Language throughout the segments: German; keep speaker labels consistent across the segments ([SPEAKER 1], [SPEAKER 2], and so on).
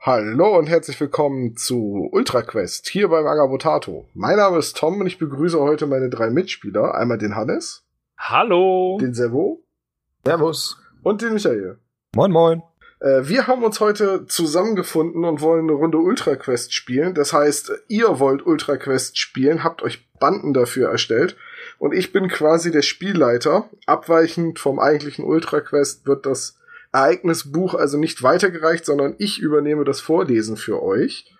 [SPEAKER 1] Hallo und herzlich willkommen zu UltraQuest hier beim Agabotato. Mein Name ist Tom und ich begrüße heute meine drei Mitspieler. Einmal den Hannes,
[SPEAKER 2] Hallo.
[SPEAKER 1] den Servo
[SPEAKER 3] Servus.
[SPEAKER 1] und den Michael.
[SPEAKER 3] Moin, moin.
[SPEAKER 1] Äh, wir haben uns heute zusammengefunden und wollen eine Runde UltraQuest spielen. Das heißt, ihr wollt UltraQuest spielen, habt euch Banden dafür erstellt und ich bin quasi der Spielleiter. Abweichend vom eigentlichen UltraQuest wird das Ereignisbuch also nicht weitergereicht, sondern ich übernehme das Vorlesen für euch.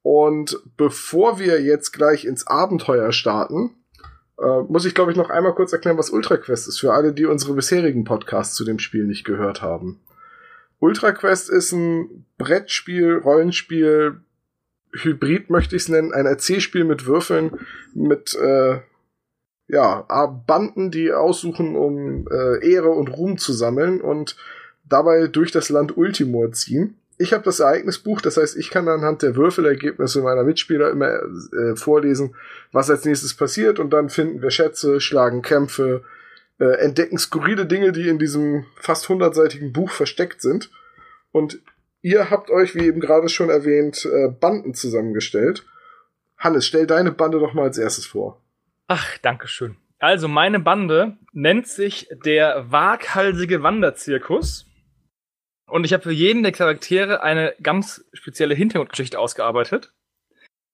[SPEAKER 1] Und bevor wir jetzt gleich ins Abenteuer starten, äh, muss ich glaube ich noch einmal kurz erklären, was UltraQuest ist für alle, die unsere bisherigen Podcasts zu dem Spiel nicht gehört haben. Ultra Quest ist ein Brettspiel, Rollenspiel, Hybrid möchte ich es nennen, ein Erzählspiel mit Würfeln, mit äh, ja, A- Banden, die aussuchen, um äh, Ehre und Ruhm zu sammeln und dabei durch das Land Ultimor ziehen. Ich habe das Ereignisbuch, das heißt, ich kann anhand der Würfelergebnisse meiner Mitspieler immer äh, vorlesen, was als nächstes passiert und dann finden wir Schätze, schlagen Kämpfe, äh, entdecken skurrile Dinge, die in diesem fast hundertseitigen Buch versteckt sind. Und ihr habt euch, wie eben gerade schon erwähnt, äh, Banden zusammengestellt. Hannes, stell deine Bande doch mal als erstes vor.
[SPEAKER 2] Ach, Dankeschön. Also meine Bande nennt sich der waghalsige Wanderzirkus. Und ich habe für jeden der Charaktere eine ganz spezielle Hintergrundgeschichte ausgearbeitet.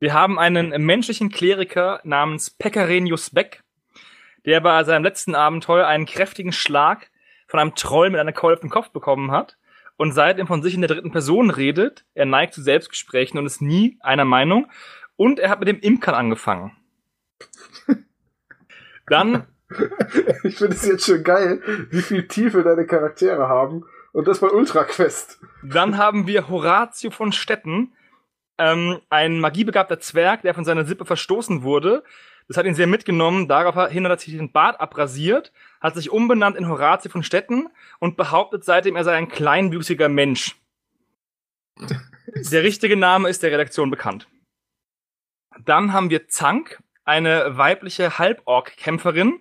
[SPEAKER 2] Wir haben einen menschlichen Kleriker namens Pekarenius Beck, der bei seinem letzten Abenteuer einen kräftigen Schlag von einem Troll mit einer Keule auf den Kopf bekommen hat und seitdem von sich in der dritten Person redet. Er neigt zu Selbstgesprächen und ist nie einer Meinung. Und er hat mit dem Imkern angefangen. Dann,
[SPEAKER 1] Ich finde es jetzt schon geil, wie viel Tiefe deine Charaktere haben. Und das bei Ultra Quest.
[SPEAKER 2] dann haben wir Horatio von Stetten, ähm, ein magiebegabter Zwerg, der von seiner Sippe verstoßen wurde. Das hat ihn sehr mitgenommen. Daraufhin hat er sich den Bart abrasiert, hat sich umbenannt in Horatio von Stetten und behauptet seitdem, er sei ein kleinwüchsiger Mensch. Der richtige Name ist der Redaktion bekannt. Dann haben wir Zank, eine weibliche Halborg-Kämpferin.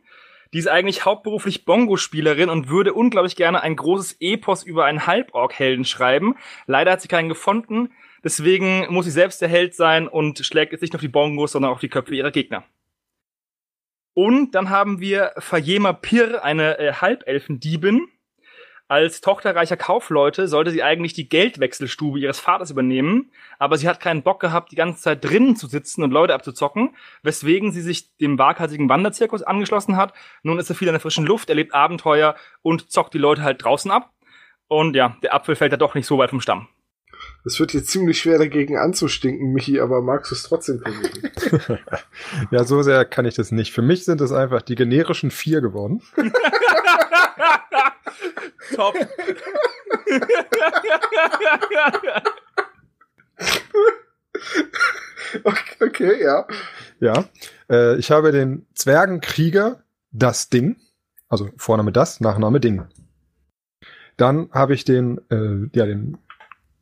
[SPEAKER 2] Die ist eigentlich hauptberuflich Bongo-Spielerin und würde unglaublich gerne ein großes Epos über einen Halborg-Helden schreiben. Leider hat sie keinen gefunden, deswegen muss sie selbst der Held sein und schlägt jetzt nicht nur auf die Bongos, sondern auch die Köpfe ihrer Gegner. Und dann haben wir Fayema Pir, eine äh, Halbelfendiebin. Als Tochter reicher Kaufleute sollte sie eigentlich die Geldwechselstube ihres Vaters übernehmen, aber sie hat keinen Bock gehabt, die ganze Zeit drinnen zu sitzen und Leute abzuzocken, weswegen sie sich dem waghalsigen Wanderzirkus angeschlossen hat. Nun ist er viel in der frischen Luft, erlebt Abenteuer und zockt die Leute halt draußen ab. Und ja, der Apfel fällt da doch nicht so weit vom Stamm.
[SPEAKER 1] Es wird jetzt ziemlich schwer dagegen anzustinken, Michi, aber magst du es trotzdem versuchen?
[SPEAKER 3] ja, so sehr kann ich das nicht. Für mich sind es einfach die generischen vier geworden.
[SPEAKER 2] Top.
[SPEAKER 1] Okay, okay, ja.
[SPEAKER 3] Ja. Äh, ich habe den Zwergenkrieger das Ding. Also Vorname das, Nachname Ding. Dann habe ich den, äh, ja, den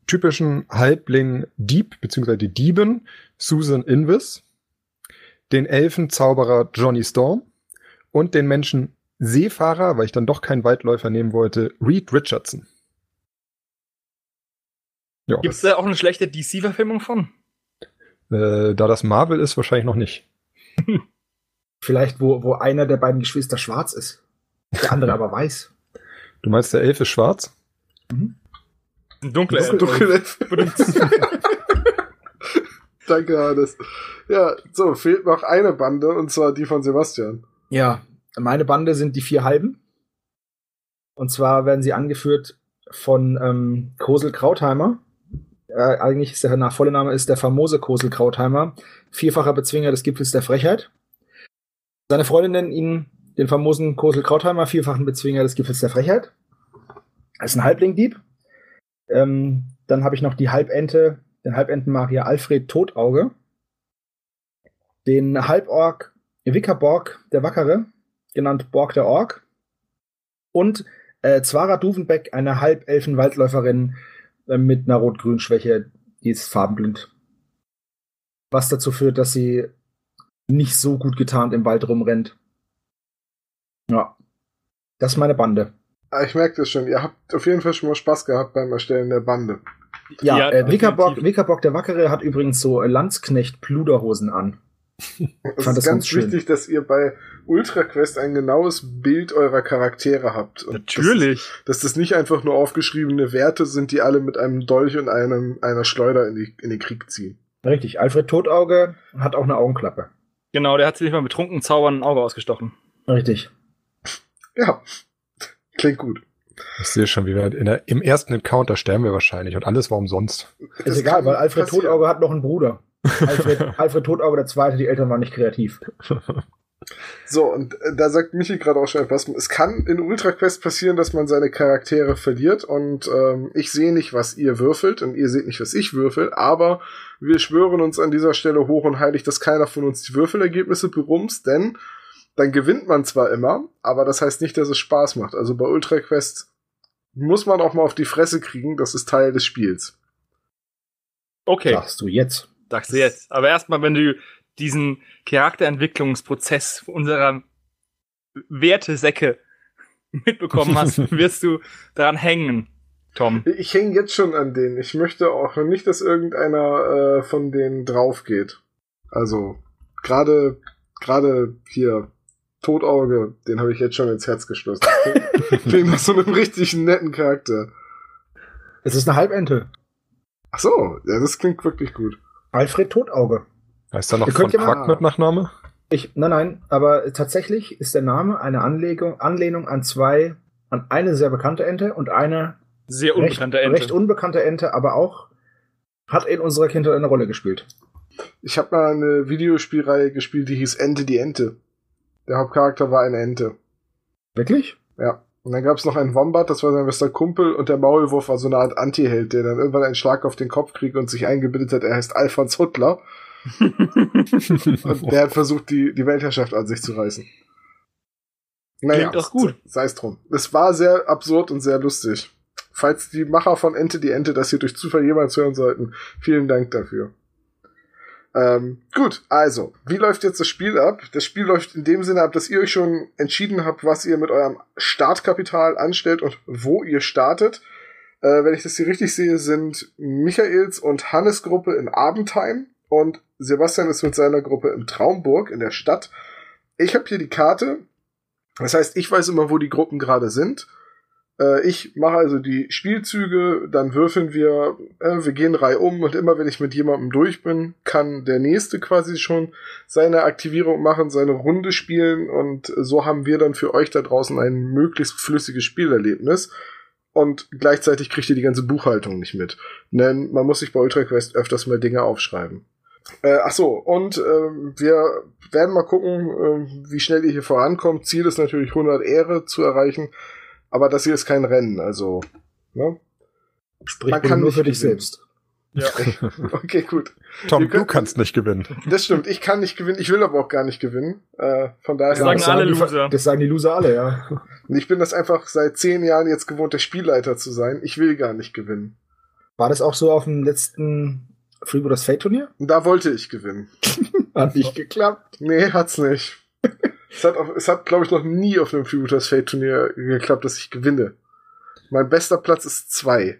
[SPEAKER 3] typischen Halbling Dieb, beziehungsweise die Dieben, Susan Invis, den Elfenzauberer Johnny Storm und den Menschen Seefahrer, weil ich dann doch keinen Waldläufer nehmen wollte, Reed Richardson. Ja.
[SPEAKER 2] Gibt's da auch eine schlechte DC-Verfilmung von?
[SPEAKER 3] Äh, da das Marvel ist, wahrscheinlich noch nicht.
[SPEAKER 4] Vielleicht, wo, wo einer der beiden Geschwister schwarz ist. Der andere aber weiß.
[SPEAKER 3] Du meinst, der Elf ist schwarz?
[SPEAKER 2] Ein dunkler
[SPEAKER 1] Das ist dunkel. Danke, Hannes. Ja, so, fehlt noch eine Bande, und zwar die von Sebastian.
[SPEAKER 4] Ja, meine Bande sind die vier Halben. Und zwar werden sie angeführt von ähm, Kosel Krautheimer. Äh, eigentlich ist der na, volle Name ist der famose Kosel Krautheimer, vierfacher Bezwinger des Gipfels der Frechheit. Seine Freunde nennen ihn den famosen Kosel Krautheimer, vierfachen Bezwinger des Gipfels der Frechheit. Er ist ein Halblingdieb. Ähm, dann habe ich noch die Halbente, den Halbentenmagier Alfred Totauge, den Halborg Wickerborg der Wackere, genannt Borg der Ork, und äh, Zwara Duvenbeck, eine Halbelfen-Waldläuferin äh, mit einer rot-grünen Schwäche, die ist farbenblind. Was dazu führt, dass sie nicht so gut getarnt im Wald rumrennt. Ja. Das ist meine Bande.
[SPEAKER 1] Ah, Ich merke das schon. Ihr habt auf jeden Fall schon mal Spaß gehabt beim Erstellen der Bande.
[SPEAKER 4] Ja,
[SPEAKER 2] Ja, also
[SPEAKER 4] äh,
[SPEAKER 2] definitiv.
[SPEAKER 4] Wickerbock, Wickerbock der Wackere hat übrigens so äh, Landsknecht-Pluderhosen an.
[SPEAKER 1] Es
[SPEAKER 4] fand
[SPEAKER 1] ist
[SPEAKER 4] das ganz
[SPEAKER 1] ganz
[SPEAKER 4] schön.
[SPEAKER 1] wichtig, dass ihr bei Ultra Quest ein genaues Bild eurer Charaktere habt. Und
[SPEAKER 2] Natürlich.
[SPEAKER 1] Dass, dass das nicht einfach nur aufgeschriebene Werte sind, die alle mit einem Dolch und einem, einer Schleuder in, die, in den Krieg ziehen.
[SPEAKER 4] Richtig, Alfred Totauge hat auch eine Augenklappe.
[SPEAKER 2] Genau, der hat sich mal mit betrunkenen Zaubern ein Auge ausgestochen.
[SPEAKER 4] Richtig.
[SPEAKER 1] Ja, klingt gut.
[SPEAKER 3] Ich sehe schon, wie wir in der, im ersten Encounter sterben wir wahrscheinlich und alles war umsonst.
[SPEAKER 1] Das
[SPEAKER 4] Ist egal,
[SPEAKER 1] kann
[SPEAKER 4] weil Alfred
[SPEAKER 1] passieren.
[SPEAKER 4] Totauge hat noch einen Bruder. Alfred, Alfred Totauge der Zweite, die Eltern waren nicht kreativ.
[SPEAKER 1] So, und äh, da sagt Michi gerade auch schon etwas. Es kann in Ultra Quest passieren, dass man seine Charaktere verliert und ähm, ich sehe nicht, was ihr würfelt und ihr seht nicht, was ich würfel, aber wir schwören uns an dieser Stelle hoch und heilig, dass keiner von uns die Würfelergebnisse berumst, denn dann gewinnt man zwar immer, aber das heißt nicht, dass es Spaß macht. Also bei Ultra Quest muss man auch mal auf die Fresse kriegen, das ist Teil des Spiels.
[SPEAKER 2] Okay,
[SPEAKER 4] Sagst du jetzt.
[SPEAKER 2] sagst du jetzt. Aber erstmal, wenn du diesen Charakterentwicklungsprozess unserer Wertesäcke mitbekommen hast, wirst du daran hängen, Tom.
[SPEAKER 1] Ich hänge jetzt schon an denen. Ich möchte auch nicht, dass irgendeiner äh, von denen drauf geht. Also, gerade, gerade hier, Totauge, den habe ich jetzt schon ins Herz geschlossen. Klingt nach so einem richtig netten Charakter.
[SPEAKER 4] Es ist eine Halbente.
[SPEAKER 1] Ach so, ja, das klingt wirklich gut.
[SPEAKER 4] Alfred Totauge.
[SPEAKER 3] Heißt da noch
[SPEAKER 4] Ihr
[SPEAKER 3] von
[SPEAKER 4] könnt ja mal-
[SPEAKER 3] Quack mit Nachname?
[SPEAKER 4] Ich, nein, nein, aber tatsächlich ist der Name eine Anlegung, Anlehnung an zwei, an eine sehr bekannte Ente und eine
[SPEAKER 2] Sehr
[SPEAKER 4] recht,
[SPEAKER 2] unbekannte Ente.
[SPEAKER 4] recht unbekannte Ente, aber auch hat in unserer Kindheit eine Rolle gespielt.
[SPEAKER 1] Ich habe mal eine Videospielreihe gespielt, die hieß Ente die Ente. Der Hauptcharakter war eine Ente.
[SPEAKER 4] Wirklich?
[SPEAKER 1] Ja. Und dann gab es noch einen Wombat, das war sein bester Kumpel, und der Maulwurf war so eine Art Antiheld, der dann irgendwann einen Schlag auf den Kopf kriegt und sich eingebildet hat, er heißt Alfons Huttler. Und der hat versucht, die, die Weltherrschaft an sich zu reißen.
[SPEAKER 2] Klingt doch gut.
[SPEAKER 1] Sei es drum. Es war sehr absurd und sehr lustig. Falls die Macher von Ente die Ente das hier durch Zufall jemals hören sollten, vielen Dank dafür. Ähm, gut, also, wie läuft jetzt das Spiel ab? Das Spiel läuft in dem Sinne ab, dass ihr euch schon entschieden habt, was ihr mit eurem Startkapital anstellt und wo ihr startet. Äh, wenn ich das hier richtig sehe, sind Michaels und Hannes Gruppe in Abendheim und Sebastian ist mit seiner Gruppe in Traumburg in der Stadt. Ich habe hier die Karte. Das heißt, ich weiß immer, wo die Gruppen gerade sind. Äh, ich mache also die Spielzüge, dann würfeln wir, äh, wir gehen Reihe um und immer wenn ich mit jemandem durch bin, kann der nächste quasi schon seine Aktivierung machen, seine Runde spielen und so haben wir dann für euch da draußen ein möglichst flüssiges Spielerlebnis. Und gleichzeitig kriegt ihr die ganze Buchhaltung nicht mit. Denn man muss sich bei Ultra Quest öfters mal Dinge aufschreiben. Äh, ach so, und ähm, wir werden mal gucken, ähm, wie schnell ihr hier vorankommt. Ziel ist natürlich 100 Ehre zu erreichen, aber das hier ist kein Rennen, also. Ne?
[SPEAKER 4] Sprich
[SPEAKER 1] Man
[SPEAKER 4] bitte
[SPEAKER 1] kann
[SPEAKER 4] nur
[SPEAKER 1] nicht
[SPEAKER 4] für dich
[SPEAKER 1] gewinnen.
[SPEAKER 4] selbst.
[SPEAKER 1] Okay, gut.
[SPEAKER 3] Tom,
[SPEAKER 1] Ihr könnt-
[SPEAKER 3] du kannst nicht gewinnen.
[SPEAKER 1] Das stimmt, ich kann nicht gewinnen, ich will aber auch gar nicht gewinnen. Äh, von daher,
[SPEAKER 2] Das sagen alle
[SPEAKER 4] die,
[SPEAKER 2] Loser.
[SPEAKER 4] Das sagen die Loser alle, ja.
[SPEAKER 1] ich bin das einfach seit zehn Jahren jetzt gewohnt, der Spielleiter zu sein. Ich will gar nicht gewinnen.
[SPEAKER 4] War das auch so auf dem letzten Freebooters Fate Turnier?
[SPEAKER 1] Und da wollte ich gewinnen.
[SPEAKER 4] Hat nicht geklappt.
[SPEAKER 1] Nee, hat's nicht. es hat, auch- es hat glaube ich, noch nie auf einem Freebooters Fate Turnier geklappt, dass ich gewinne. Mein bester Platz ist zwei.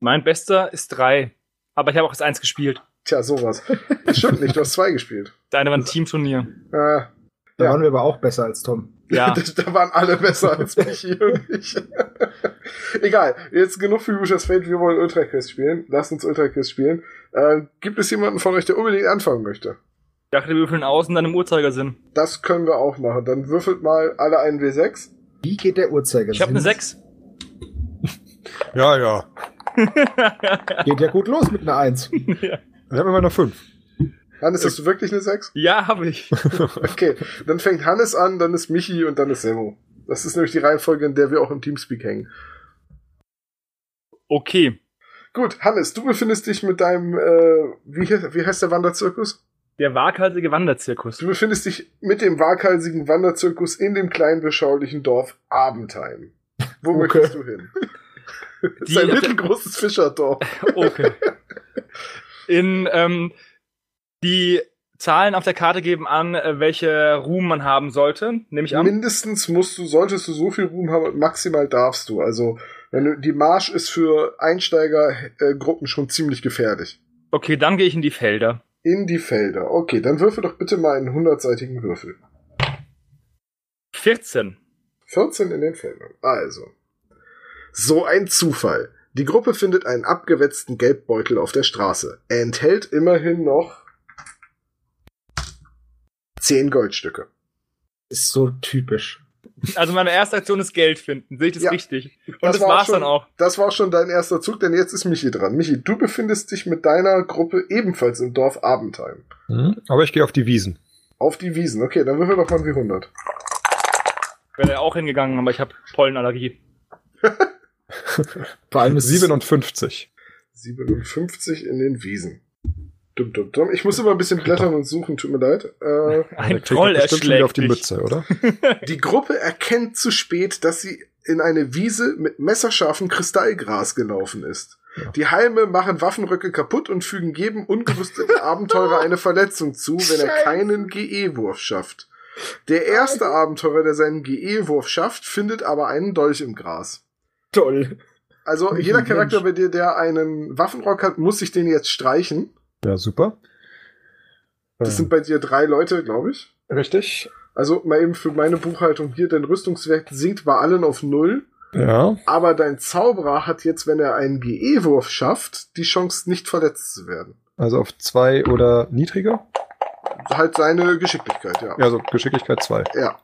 [SPEAKER 2] Mein bester ist drei. Aber ich habe auch das eins gespielt.
[SPEAKER 1] Tja, sowas. Das stimmt nicht, du hast zwei gespielt.
[SPEAKER 2] Das eine war ein Teamturnier.
[SPEAKER 1] Äh,
[SPEAKER 4] Da
[SPEAKER 1] Ja.
[SPEAKER 4] waren wir aber auch besser als Tom.
[SPEAKER 2] Ja.
[SPEAKER 1] da waren alle besser als Michi und ich. Egal, jetzt genug für Lucius Fate, wir wollen Ultra Quest spielen. Lasst uns Ultra Quest spielen. Äh, gibt es jemanden von euch, der unbedingt anfangen möchte?
[SPEAKER 2] Ich dachte, wir würfeln außen dann im Uhrzeigersinn.
[SPEAKER 1] Das können wir auch machen. Dann würfelt mal alle einen W6.
[SPEAKER 4] Wie geht der Uhrzeiger?
[SPEAKER 2] Ich habe eine sechs.
[SPEAKER 3] Ja, ja.
[SPEAKER 4] Geht ja gut los mit einer Eins.
[SPEAKER 3] Wir haben immer noch fünf.
[SPEAKER 1] Hannes, hast du wirklich eine 6?
[SPEAKER 2] Ja, habe ich.
[SPEAKER 1] Okay, dann fängt Hannes an, dann ist Michi und dann ist Semmo. Das ist nämlich die Reihenfolge, in der wir auch im Teamspeak hängen.
[SPEAKER 2] Okay.
[SPEAKER 1] Gut, Hannes, du befindest dich mit deinem, äh, wie, he- wie heißt der Wanderzirkus?
[SPEAKER 2] Der waghalsige Wanderzirkus.
[SPEAKER 1] Du befindest dich mit dem waghalsigen Wanderzirkus in dem kleinen beschaulichen Dorf Abendheim. Wo
[SPEAKER 4] Okay.
[SPEAKER 1] möchtest du hin? Das
[SPEAKER 2] Die-
[SPEAKER 1] ist ein mittelgroßes Fischerdorf.
[SPEAKER 2] Okay. In ähm, die Zahlen auf der Karte geben an, äh, welche Ruhm man haben sollte, nehme ich an.
[SPEAKER 1] Mindestens musst du, solltest du so viel Ruhm haben, maximal darfst du. Also, wenn du, die Marsch ist für Einsteigergruppen schon ziemlich gefährlich.
[SPEAKER 2] Okay, dann gehe ich in die Felder.
[SPEAKER 1] In die Felder. Okay, dann würfel doch bitte mal einen hundertseitigen Würfel.
[SPEAKER 2] 14.
[SPEAKER 1] 14 in den Feldern. Also. So ein Zufall. Die Gruppe findet einen abgewetzten Gelbbeutel auf der Straße. Er enthält immerhin noch 10 Goldstücke.
[SPEAKER 4] Ist so typisch.
[SPEAKER 2] Also meine erste Aktion ist Geld finden. Sehe ich das
[SPEAKER 1] Ja.
[SPEAKER 2] richtig? Und
[SPEAKER 1] Das
[SPEAKER 2] das,
[SPEAKER 1] war auch
[SPEAKER 2] war's
[SPEAKER 1] schon-
[SPEAKER 2] dann auch.
[SPEAKER 1] Das war schon dein erster Zug, denn jetzt ist Michi dran. Michi, du befindest dich mit deiner Gruppe ebenfalls im Dorf Abendheim.
[SPEAKER 3] Hm? Aber ich gehe auf die Wiesen.
[SPEAKER 1] Auf die Wiesen. Okay, dann würfel doch mal wie 100.
[SPEAKER 2] Wäre ja auch hingegangen, aber ich habe Pollenallergie.
[SPEAKER 4] Vor allem ist
[SPEAKER 3] 57.
[SPEAKER 1] 57 in den Wiesen. Dum, dum, dum. Ich muss immer ein bisschen blättern und suchen, tut mir leid. Äh,
[SPEAKER 3] Der
[SPEAKER 2] Ein
[SPEAKER 3] kriegt
[SPEAKER 2] Troll
[SPEAKER 3] doch bestimmt schon wieder
[SPEAKER 2] erschlägt
[SPEAKER 3] auf die
[SPEAKER 2] dich.
[SPEAKER 3] Mütze, oder?
[SPEAKER 1] Die Gruppe erkennt zu spät, dass sie in eine Wiese mit messerscharfem Kristallgras gelaufen ist.
[SPEAKER 3] Ja.
[SPEAKER 1] Die Halme machen Waffenröcke kaputt und fügen jedem ungerüsteten Abenteurer eine Verletzung zu, wenn er
[SPEAKER 4] Scheiße.
[SPEAKER 1] keinen GE-Wurf schafft. Der erste Abenteurer, der seinen GE-Wurf schafft, findet aber einen Dolch im Gras.
[SPEAKER 4] toll.
[SPEAKER 1] Also
[SPEAKER 4] Mensch,
[SPEAKER 1] jeder Charakter
[SPEAKER 4] Mensch.
[SPEAKER 1] bei dir, der einen Waffenrock hat, muss sich den jetzt streichen.
[SPEAKER 3] Ja, super.
[SPEAKER 1] Das sind bei dir drei Leute, glaube ich.
[SPEAKER 3] Ähm, richtig.
[SPEAKER 1] Also mal eben für meine Buchhaltung hier, dein Rüstungswert sinkt bei allen auf null.
[SPEAKER 3] Ja.
[SPEAKER 1] Aber dein Zauberer hat jetzt, wenn er einen GE-Wurf schafft, die Chance, nicht verletzt zu werden.
[SPEAKER 3] Also auf zwei oder niedriger.
[SPEAKER 1] Halt seine Geschicklichkeit, ja.
[SPEAKER 3] Ja, so Geschicklichkeit zwei.
[SPEAKER 1] Ja.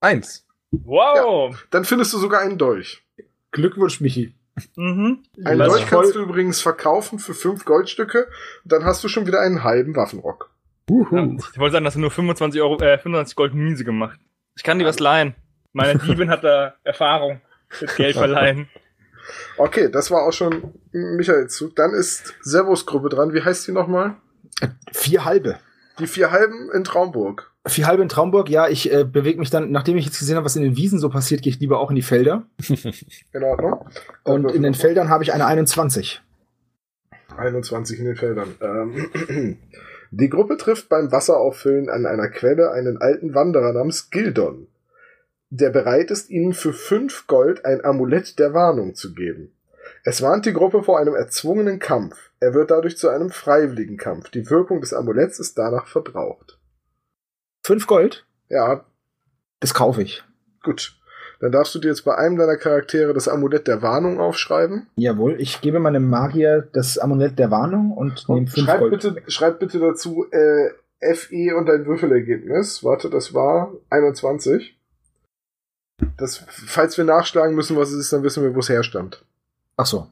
[SPEAKER 3] Eins.
[SPEAKER 2] Wow.
[SPEAKER 1] Dann findest du sogar einen Dolch.
[SPEAKER 4] Glückwunsch, Michi.
[SPEAKER 2] Mhm.
[SPEAKER 1] Einen
[SPEAKER 2] Lass
[SPEAKER 1] Dolch
[SPEAKER 2] ich
[SPEAKER 1] kannst du übrigens verkaufen für fünf Goldstücke. Dann hast du schon wieder einen halben Waffenrock.
[SPEAKER 2] Ja,
[SPEAKER 3] Uhu.
[SPEAKER 2] ich wollte sagen, dass du nur 25 Euro, äh, 25 Gold miese gemacht. Ich kann dir was leihen. Meine Diebin hat da Erfahrung mit Geld verleihen.
[SPEAKER 1] Okay, das war auch schon Michaels Zug. Dann ist Servos Gruppe dran. Wie heißt die nochmal?
[SPEAKER 4] Vier halbe.
[SPEAKER 1] Die vier Halben in Traumburg.
[SPEAKER 4] Vier halbe in Traumburg, ja, ich äh, bewege mich dann, nachdem ich jetzt gesehen habe, was in den Wiesen so passiert, gehe ich lieber auch in die Felder.
[SPEAKER 1] In Ordnung.
[SPEAKER 4] Und in den Feldern habe ich eine 21.
[SPEAKER 1] 21 in den Feldern. Ähm, die Gruppe trifft beim Wasserauffüllen an einer Quelle einen alten Wanderer namens Gildon, der bereit ist, ihnen für 5 Gold ein Amulett der Warnung zu geben. Es warnt die Gruppe vor einem erzwungenen Kampf. Er wird dadurch zu einem freiwilligen Kampf. Die Wirkung des Amuletts ist danach verbraucht.
[SPEAKER 4] Fünf Gold?
[SPEAKER 1] Ja,
[SPEAKER 4] Das kaufe ich.
[SPEAKER 1] gut. Dann darfst du dir jetzt bei einem deiner Charaktere das Amulett der Warnung aufschreiben.
[SPEAKER 4] Jawohl, ich gebe meinem Magier das Amulett der Warnung und nehme fünf
[SPEAKER 1] schreib,
[SPEAKER 4] Gold.
[SPEAKER 1] bitte, schreib bitte dazu äh, FE und dein Würfelergebnis. Warte, das war 21. Das, falls wir nachschlagen müssen, was es ist, dann wissen wir, wo es herstammt.
[SPEAKER 4] Ach so.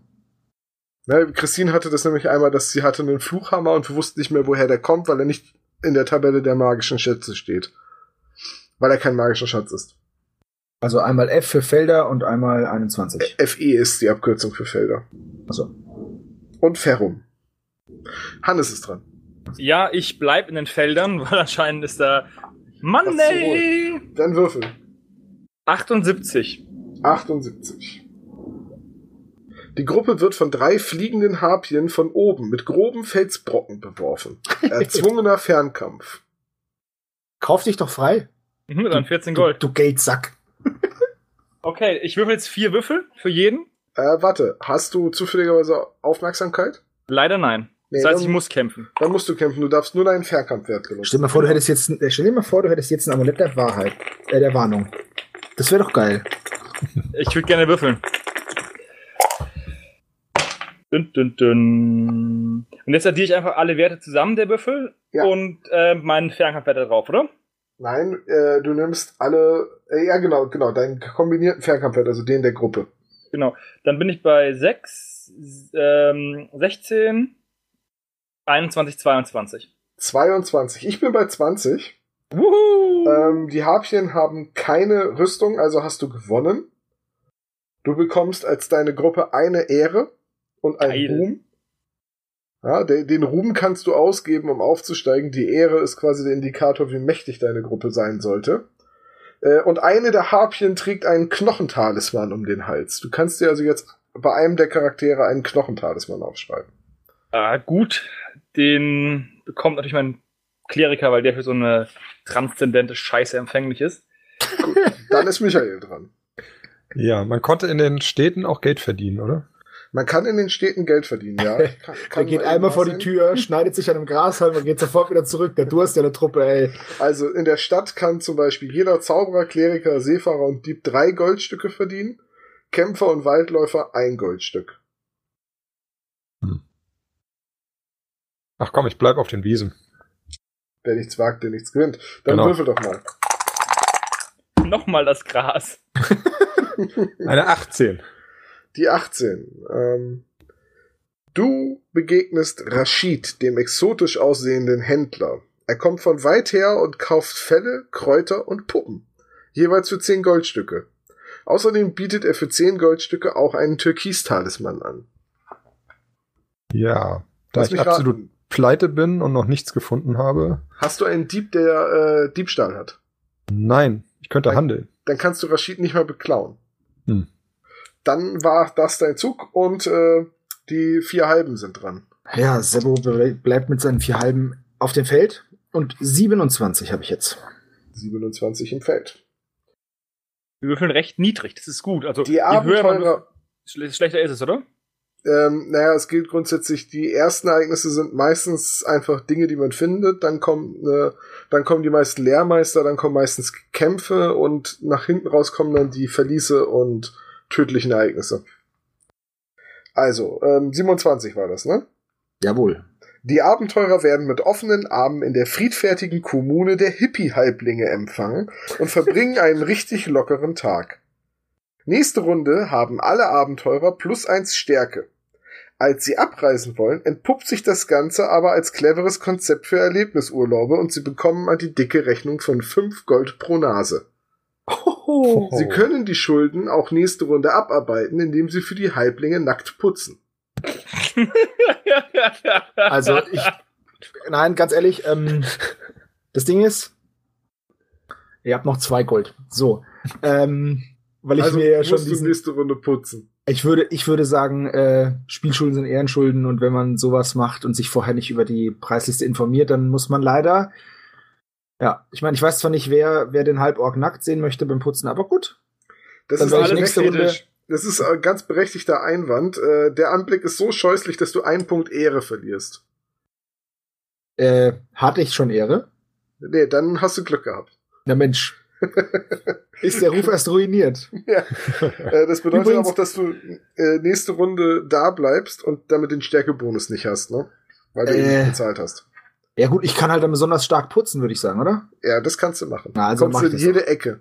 [SPEAKER 1] Ne, Christine hatte das nämlich einmal, dass sie hatte einen Fluchhammer und wir wussten nicht mehr, woher der kommt, weil er nicht in der Tabelle der magischen Schätze steht. Weil er kein magischer Schatz ist.
[SPEAKER 4] Also einmal F für Felder und einmal 21.
[SPEAKER 1] FE E ist die Abkürzung für Felder.
[SPEAKER 4] Ach so.
[SPEAKER 1] Und Ferrum. Hannes ist dran.
[SPEAKER 2] Ja, ich bleib in den Feldern, weil anscheinend ist da Money.
[SPEAKER 1] Dann Würfel.
[SPEAKER 2] 78.
[SPEAKER 1] 78. Die Gruppe wird von drei fliegenden Harpien von oben mit groben Felsbrocken beworfen. Erzwungener Fernkampf.
[SPEAKER 4] Kauf dich doch frei.
[SPEAKER 2] Mhm, dann 14 Gold.
[SPEAKER 4] Du, du Geldsack.
[SPEAKER 2] Okay, ich würfel jetzt vier Würfel für jeden.
[SPEAKER 1] Äh, warte, hast du zufälligerweise Aufmerksamkeit?
[SPEAKER 2] Leider nein. Das
[SPEAKER 1] Nee,
[SPEAKER 2] heißt, ich
[SPEAKER 1] dann-
[SPEAKER 2] muss kämpfen.
[SPEAKER 1] Dann musst du kämpfen, du darfst nur deinen Fernkampfwert benutzen.
[SPEAKER 4] Stell dir mal vor, du hättest jetzt, ein- äh, stell dir mal vor, du hättest jetzt ein Amulett der Wahrheit, äh, der Warnung. Das wäre doch geil.
[SPEAKER 2] Ich würde gerne würfeln. Dün, dün, dün. Und jetzt addiere ich einfach alle Werte zusammen, der Würfel,
[SPEAKER 1] Ja.
[SPEAKER 2] und äh, meinen Fernkampfwert da drauf, oder?
[SPEAKER 1] Nein, äh, du nimmst alle, äh, ja genau, genau, deinen kombinierten Fernkampfwert, also den der Gruppe.
[SPEAKER 2] Genau. Dann bin ich bei 6, ähm, 16, 21, 22.
[SPEAKER 1] 22. Ich bin bei 20.
[SPEAKER 2] Wuhu!
[SPEAKER 1] Ähm, die Harpien haben keine Rüstung, also hast du gewonnen. Du bekommst als deine Gruppe eine Ehre und einen
[SPEAKER 2] Geil.
[SPEAKER 1] Ruhm. Ja, de den Ruhm kannst du ausgeben, um aufzusteigen. Die Ehre ist quasi der Indikator, wie mächtig deine Gruppe sein sollte. Äh, und eine der Harpien trägt einen Knochentalisman um den Hals. Du kannst dir also jetzt bei einem der Charaktere einen Knochentalisman aufschreiben.
[SPEAKER 2] Ah, gut. den bekommt natürlich mein Kleriker, weil der für so eine transzendente Scheiße empfänglich ist.
[SPEAKER 1] Dann ist Michael dran.
[SPEAKER 3] Ja, man konnte in den Städten auch Geld verdienen, oder?
[SPEAKER 1] Man kann in den Städten Geld verdienen, ja. Kann,
[SPEAKER 4] Er
[SPEAKER 1] kann
[SPEAKER 4] geht
[SPEAKER 1] man
[SPEAKER 4] einmal vor die
[SPEAKER 1] sehen.
[SPEAKER 4] Tür, schneidet sich an einem Grashalm und geht sofort wieder zurück. Der Durst ja eine Truppe, ey.
[SPEAKER 1] Also in der Stadt kann zum Beispiel jeder Zauberer, Kleriker, Seefahrer und Dieb drei Goldstücke verdienen, Kämpfer und Waldläufer ein Goldstück.
[SPEAKER 3] Ach komm, ich bleib auf den Wiesen.
[SPEAKER 1] Wer nichts wagt, der nichts gewinnt. Dann
[SPEAKER 3] Genau.
[SPEAKER 1] würfel doch mal.
[SPEAKER 2] Nochmal das Gras.
[SPEAKER 3] Eine 18.
[SPEAKER 1] Die 18. Ähm, du begegnest Rashid, dem exotisch aussehenden Händler. Er kommt von weit her und kauft Felle, Kräuter und Puppen. Jeweils für 10 Goldstücke. Außerdem bietet er für 10 Goldstücke auch einen Türkis-Talisman an.
[SPEAKER 3] Ja, da
[SPEAKER 1] Lass
[SPEAKER 3] ich
[SPEAKER 1] mich
[SPEAKER 3] absolut
[SPEAKER 1] raten.
[SPEAKER 3] pleite bin und noch nichts gefunden habe.
[SPEAKER 1] Hast du einen Dieb, der äh, Diebstahl hat?
[SPEAKER 3] Nein, ich könnte
[SPEAKER 1] Ein-
[SPEAKER 3] handeln.
[SPEAKER 1] dann kannst du Rashid nicht mehr beklauen.
[SPEAKER 3] Hm.
[SPEAKER 1] Dann war das dein Zug und äh, die vier Halben sind dran.
[SPEAKER 4] Ja, Sebo ble- bleibt mit seinen vier Halben auf dem Feld. Und 27 habe ich jetzt.
[SPEAKER 1] 27 im Feld.
[SPEAKER 2] Wir würfeln recht niedrig, das ist gut. Also
[SPEAKER 1] Die
[SPEAKER 2] man,
[SPEAKER 1] Abenteurer,
[SPEAKER 2] desto schlechter ist es, oder?
[SPEAKER 1] ähm, naja, es gilt grundsätzlich, die ersten Ereignisse sind meistens einfach Dinge, die man findet, dann kommen, äh, dann kommen die meisten Lehrmeister, dann kommen meistens Kämpfe und nach hinten raus kommen dann die Verliese und tödlichen Ereignisse. Also, ähm, 27 war das, ne?
[SPEAKER 4] Jawohl.
[SPEAKER 1] Die Abenteurer werden mit offenen Armen in der friedfertigen Kommune der Hippie-Halblinge empfangen und verbringen einen richtig lockeren Tag. Nächste Runde haben alle Abenteurer plus eins Stärke. Als sie abreisen wollen, entpuppt sich das Ganze aber als cleveres Konzept für Erlebnisurlaube und sie bekommen an die dicke Rechnung von fünf Gold pro Nase.
[SPEAKER 3] Oh.
[SPEAKER 1] Sie können die Schulden auch nächste Runde abarbeiten, indem sie für die Halblinge nackt putzen.
[SPEAKER 4] Also ich. Nein, ganz ehrlich, ähm, das Ding ist, ihr habt noch zwei Gold. So. Ähm, weil ich
[SPEAKER 1] also
[SPEAKER 4] mir ja schon
[SPEAKER 1] musst du
[SPEAKER 4] diesen,
[SPEAKER 1] nächste Runde putzen.
[SPEAKER 4] ich würde, ich würde sagen, äh, Spielschulden sind Ehrenschulden und wenn man sowas macht und sich vorher nicht über die Preisliste informiert, dann muss man leider, ja, ich meine, ich weiß zwar nicht, wer, wer den Halborg nackt sehen möchte beim Putzen, aber gut.
[SPEAKER 1] Das
[SPEAKER 4] Dann
[SPEAKER 1] ist
[SPEAKER 4] soll ich
[SPEAKER 1] alles
[SPEAKER 4] nächste Runde-
[SPEAKER 1] ästhetisch. Das ist ein ganz berechtigter Einwand. Äh, der Anblick ist so scheußlich, dass du einen Punkt Ehre verlierst.
[SPEAKER 4] Äh, hatte ich schon Ehre.
[SPEAKER 1] Nee, dann hast du Glück gehabt.
[SPEAKER 4] Na Mensch. Ist der Ruf erst ruiniert.
[SPEAKER 1] Äh, das bedeutet
[SPEAKER 4] Übrigens-
[SPEAKER 1] aber auch, dass du äh, nächste Runde da bleibst und damit den Stärkebonus nicht hast, ne? Weil du ihn
[SPEAKER 4] Äh.
[SPEAKER 1] nicht bezahlt hast.
[SPEAKER 4] Ja gut, ich kann halt dann besonders stark putzen, würde ich sagen, oder?
[SPEAKER 1] Ja, das kannst du machen.
[SPEAKER 4] Na, also
[SPEAKER 1] Kommst
[SPEAKER 4] mach
[SPEAKER 1] du
[SPEAKER 4] ich
[SPEAKER 1] in
[SPEAKER 4] das
[SPEAKER 1] jede Ecke.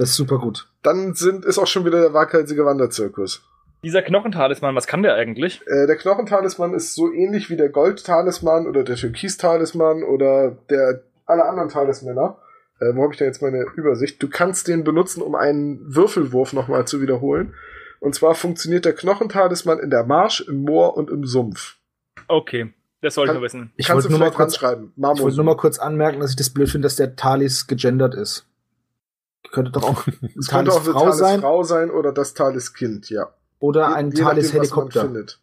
[SPEAKER 4] Das ist super gut.
[SPEAKER 1] Dann sind, ist auch schon wieder der waghalsige Wanderzirkus.
[SPEAKER 2] Dieser Knochentalisman, was kann der eigentlich?
[SPEAKER 1] Äh, der Knochentalisman ist so ähnlich wie der Gold-Talisman oder der Türkis-Talisman oder der alle anderen Talismänner. Äh, wo habe ich da jetzt meine Übersicht? Du kannst den benutzen, um einen Würfelwurf nochmal zu wiederholen. Und zwar funktioniert der Knochentalisman in der Marsch, im Moor und im Sumpf.
[SPEAKER 2] Okay, das sollte
[SPEAKER 1] Kann-
[SPEAKER 2] ich wissen.
[SPEAKER 4] Ich
[SPEAKER 1] kannst
[SPEAKER 4] wollte
[SPEAKER 1] du
[SPEAKER 4] nur mal
[SPEAKER 1] vielleicht dran
[SPEAKER 4] kurz
[SPEAKER 1] schreiben.
[SPEAKER 4] Ich wollte nur mal kurz anmerken, dass ich das blöd finde, dass der Talis gegendert ist. Könnte doch auch ein
[SPEAKER 1] Es könnte
[SPEAKER 4] Talis
[SPEAKER 1] auch eine
[SPEAKER 4] Frau sein
[SPEAKER 1] Talisfrau sein oder das Taliskind, ja.
[SPEAKER 4] oder ein
[SPEAKER 1] Je- je nachdem, was
[SPEAKER 4] Talis
[SPEAKER 1] man
[SPEAKER 4] Helikopter.
[SPEAKER 1] findet.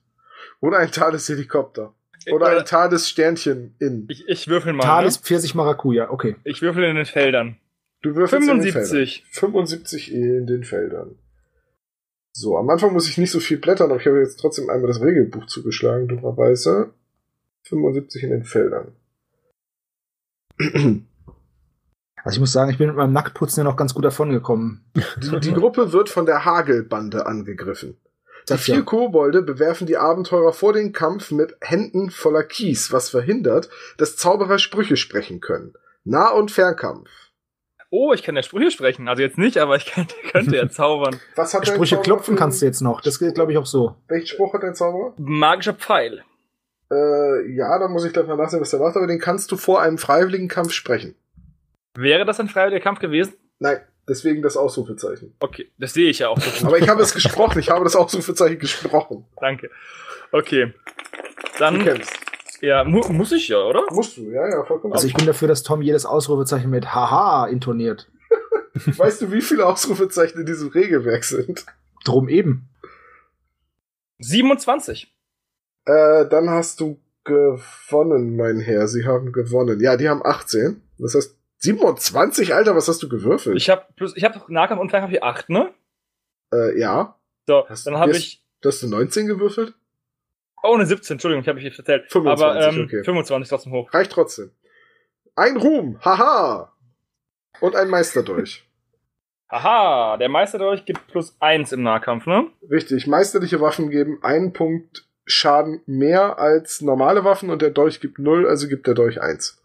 [SPEAKER 1] Oder ein Talis-Helikopter.
[SPEAKER 2] Äh,
[SPEAKER 1] Oder ein Talis-Sternchen in.
[SPEAKER 2] ich, ich würfel mal.
[SPEAKER 4] Talis
[SPEAKER 2] Ne?
[SPEAKER 4] Pfirsich Maracuja, okay.
[SPEAKER 2] Ich würfel in den Feldern.
[SPEAKER 1] Du würfelst in den Feldern.
[SPEAKER 2] 75.
[SPEAKER 1] 75 in den Feldern. So, am Anfang muss ich nicht so viel blättern, aber ich habe jetzt trotzdem einmal das Regelbuch zugeschlagen, dummerweise. 75 in den Feldern. Die,
[SPEAKER 4] Also ich muss sagen, ich bin mit meinem Nacktputzen ja noch ganz gut davon gekommen.
[SPEAKER 1] die Gruppe wird von der Hagelbande angegriffen. Die
[SPEAKER 4] Das
[SPEAKER 1] vier
[SPEAKER 4] ja.
[SPEAKER 1] Kobolde bewerfen die Abenteurer vor den Kampf mit Händen voller Kies, was verhindert, dass Zauberer Sprüche sprechen können. Nah- und Fernkampf.
[SPEAKER 2] Oh, ich kann ja Sprüche sprechen. Also jetzt nicht, aber ich kann, könnte ja zaubern.
[SPEAKER 1] Was hat dein
[SPEAKER 4] Sprüche
[SPEAKER 1] Zauberer
[SPEAKER 4] klopfen
[SPEAKER 1] für-
[SPEAKER 4] kannst du jetzt noch. Das geht glaube ich auch so.
[SPEAKER 1] Welchen Spruch hat dein Zauberer?
[SPEAKER 2] Magischer Pfeil.
[SPEAKER 1] Äh, ja, da muss ich gleich mal nachsehen, was der macht, aber den kannst du vor einem freiwilligen Kampf sprechen.
[SPEAKER 2] Wäre das ein freiwilliger Kampf gewesen?
[SPEAKER 1] Nein, deswegen das Ausrufezeichen.
[SPEAKER 2] Okay, das sehe ich ja auch so gut.
[SPEAKER 1] Aber ich habe es gesprochen, ich habe das Ausrufezeichen gesprochen.
[SPEAKER 2] Danke.
[SPEAKER 1] Du
[SPEAKER 2] Okay. Dann,
[SPEAKER 1] kennst.
[SPEAKER 2] ja, mu muss ich ja, oder?
[SPEAKER 1] Musst du, ja, ja, vollkommen.
[SPEAKER 4] Also ich bin dafür, dass Tom jedes Ausrufezeichen mit haha intoniert.
[SPEAKER 1] weißt du, wie viele Ausrufezeichen in diesem Regelwerk sind?
[SPEAKER 4] Drum eben.
[SPEAKER 2] 27.
[SPEAKER 1] Äh, dann hast du gewonnen, mein Herr. Sie haben gewonnen. Ja, die haben 18. Das heißt 27, Alter, was hast du gewürfelt?
[SPEAKER 2] Ich habe plus, ich habe Nahkampf und Fernkampf die 8, ne?
[SPEAKER 1] äh, ja.
[SPEAKER 2] So,
[SPEAKER 1] Hast
[SPEAKER 2] dann
[SPEAKER 1] du
[SPEAKER 2] habe
[SPEAKER 1] jetzt-
[SPEAKER 2] ich
[SPEAKER 1] Hast du 19 gewürfelt?
[SPEAKER 2] oh eine 17, Entschuldigung, ich habe mich verzählt.
[SPEAKER 1] 25,
[SPEAKER 2] aber ähm,
[SPEAKER 1] okay.
[SPEAKER 2] 25 trotzdem hoch.
[SPEAKER 1] Reicht trotzdem. Ein Ruhm, haha! Und ein Meister durch.
[SPEAKER 2] Aha, der Meister dadurch gibt plus 1 im Nahkampf, ne?
[SPEAKER 1] Richtig, meisterliche Waffen geben einen Punkt Schaden mehr als normale Waffen und der Dolch gibt 0, also gibt der Dolch 1.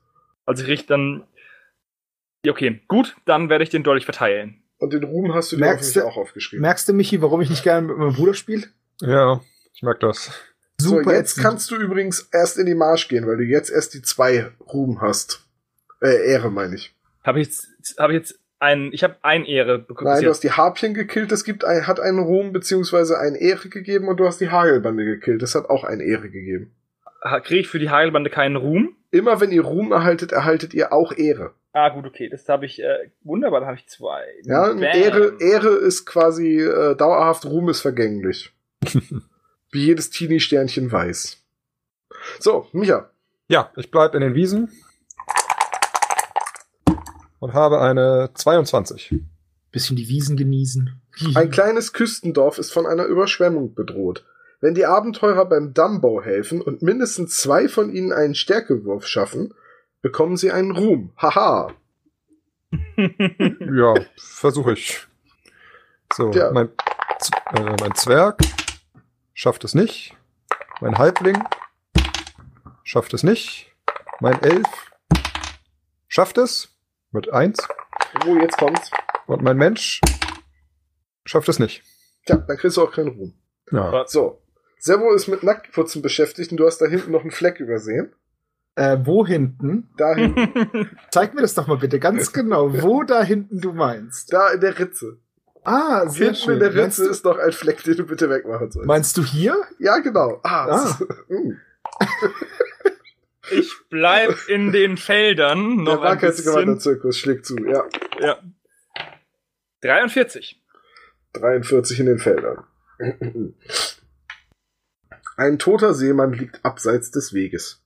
[SPEAKER 2] Also ich richte dann Ja, okay, gut, dann werde ich den Dolch verteilen.
[SPEAKER 1] Und den Ruhm hast du dir
[SPEAKER 4] Merkst
[SPEAKER 1] hoffentlich
[SPEAKER 4] du-
[SPEAKER 1] auch aufgeschrieben.
[SPEAKER 4] Merkst du, Michi, warum ich nicht gerne mit meinem Bruder spiele?
[SPEAKER 3] Ja, ich merke das.
[SPEAKER 1] so,
[SPEAKER 4] Super.
[SPEAKER 1] jetzt
[SPEAKER 4] ätzend.
[SPEAKER 1] kannst du übrigens erst in die Marsch gehen, weil du jetzt erst die 2 Ruhm hast. Äh, Ehre meine ich.
[SPEAKER 2] Habe ich jetzt habe ich jetzt einen ich habe ein Ehre bekommen.
[SPEAKER 1] Nein, du
[SPEAKER 2] bisher.
[SPEAKER 1] hast die Harpien gekillt, das gibt ein, hat einen Ruhm beziehungsweise eine Ehre gegeben und du hast die Hagelbande gekillt, das hat auch eine Ehre gegeben.
[SPEAKER 2] Ha- Kriege ich für die Hagelbande keinen Ruhm?
[SPEAKER 1] Immer wenn ihr Ruhm erhaltet, erhaltet ihr auch Ehre.
[SPEAKER 2] Ah, gut, okay, das habe ich äh, wunderbar, da habe ich zwei.
[SPEAKER 1] Ja,
[SPEAKER 2] Bam.
[SPEAKER 1] Ehre, Ehre ist quasi äh, dauerhaft, Ruhm ist vergänglich. Wie jedes Teenie-Sternchen weiß. So, Micha,
[SPEAKER 3] Ja, ich bleib in den Wiesen und habe eine 22.
[SPEAKER 4] Bisschen die Wiesen genießen.
[SPEAKER 1] ein kleines Küstendorf ist von einer Überschwemmung bedroht. Wenn die Abenteurer beim Dumbo helfen und mindestens zwei von ihnen einen Stärkewurf schaffen, bekommen sie einen Ruhm. Haha.
[SPEAKER 3] Ja, versuche ich. So,
[SPEAKER 1] Ja.
[SPEAKER 3] mein, Z- äh, mein Zwerg schafft es nicht. Mein Halbling schafft es nicht. Mein Elf schafft es mit 1.
[SPEAKER 1] Wo jetzt kommt's?
[SPEAKER 3] Und mein Mensch schafft es nicht.
[SPEAKER 1] Tja, dann kriegst du auch keinen Ruhm.
[SPEAKER 3] Ja.
[SPEAKER 1] So. Servo ist mit Nacktputzen beschäftigt und du hast da hinten noch einen Fleck übersehen.
[SPEAKER 4] Äh, wo hinten?
[SPEAKER 1] Da hinten,
[SPEAKER 4] Zeig mir das doch mal bitte ganz genau, wo da hinten du meinst.
[SPEAKER 1] da in der Ritze.
[SPEAKER 4] Ah, sehr
[SPEAKER 1] Hinten
[SPEAKER 4] schön.
[SPEAKER 1] in der
[SPEAKER 4] Meinst
[SPEAKER 1] Ritze
[SPEAKER 4] du,
[SPEAKER 1] ist noch ein Fleck, den du bitte wegmachen sollst.
[SPEAKER 4] meinst du hier?
[SPEAKER 1] ja, genau. Ah,
[SPEAKER 4] Ah.
[SPEAKER 1] das ist- mm.
[SPEAKER 2] Ich bleib in den Feldern
[SPEAKER 1] Der
[SPEAKER 2] noch ein bisschen.
[SPEAKER 1] Waghalsgewandert-Zirkus schlägt zu. Ja,
[SPEAKER 2] 43.
[SPEAKER 1] 43 in den Feldern. Ein toter Seemann liegt abseits des Weges.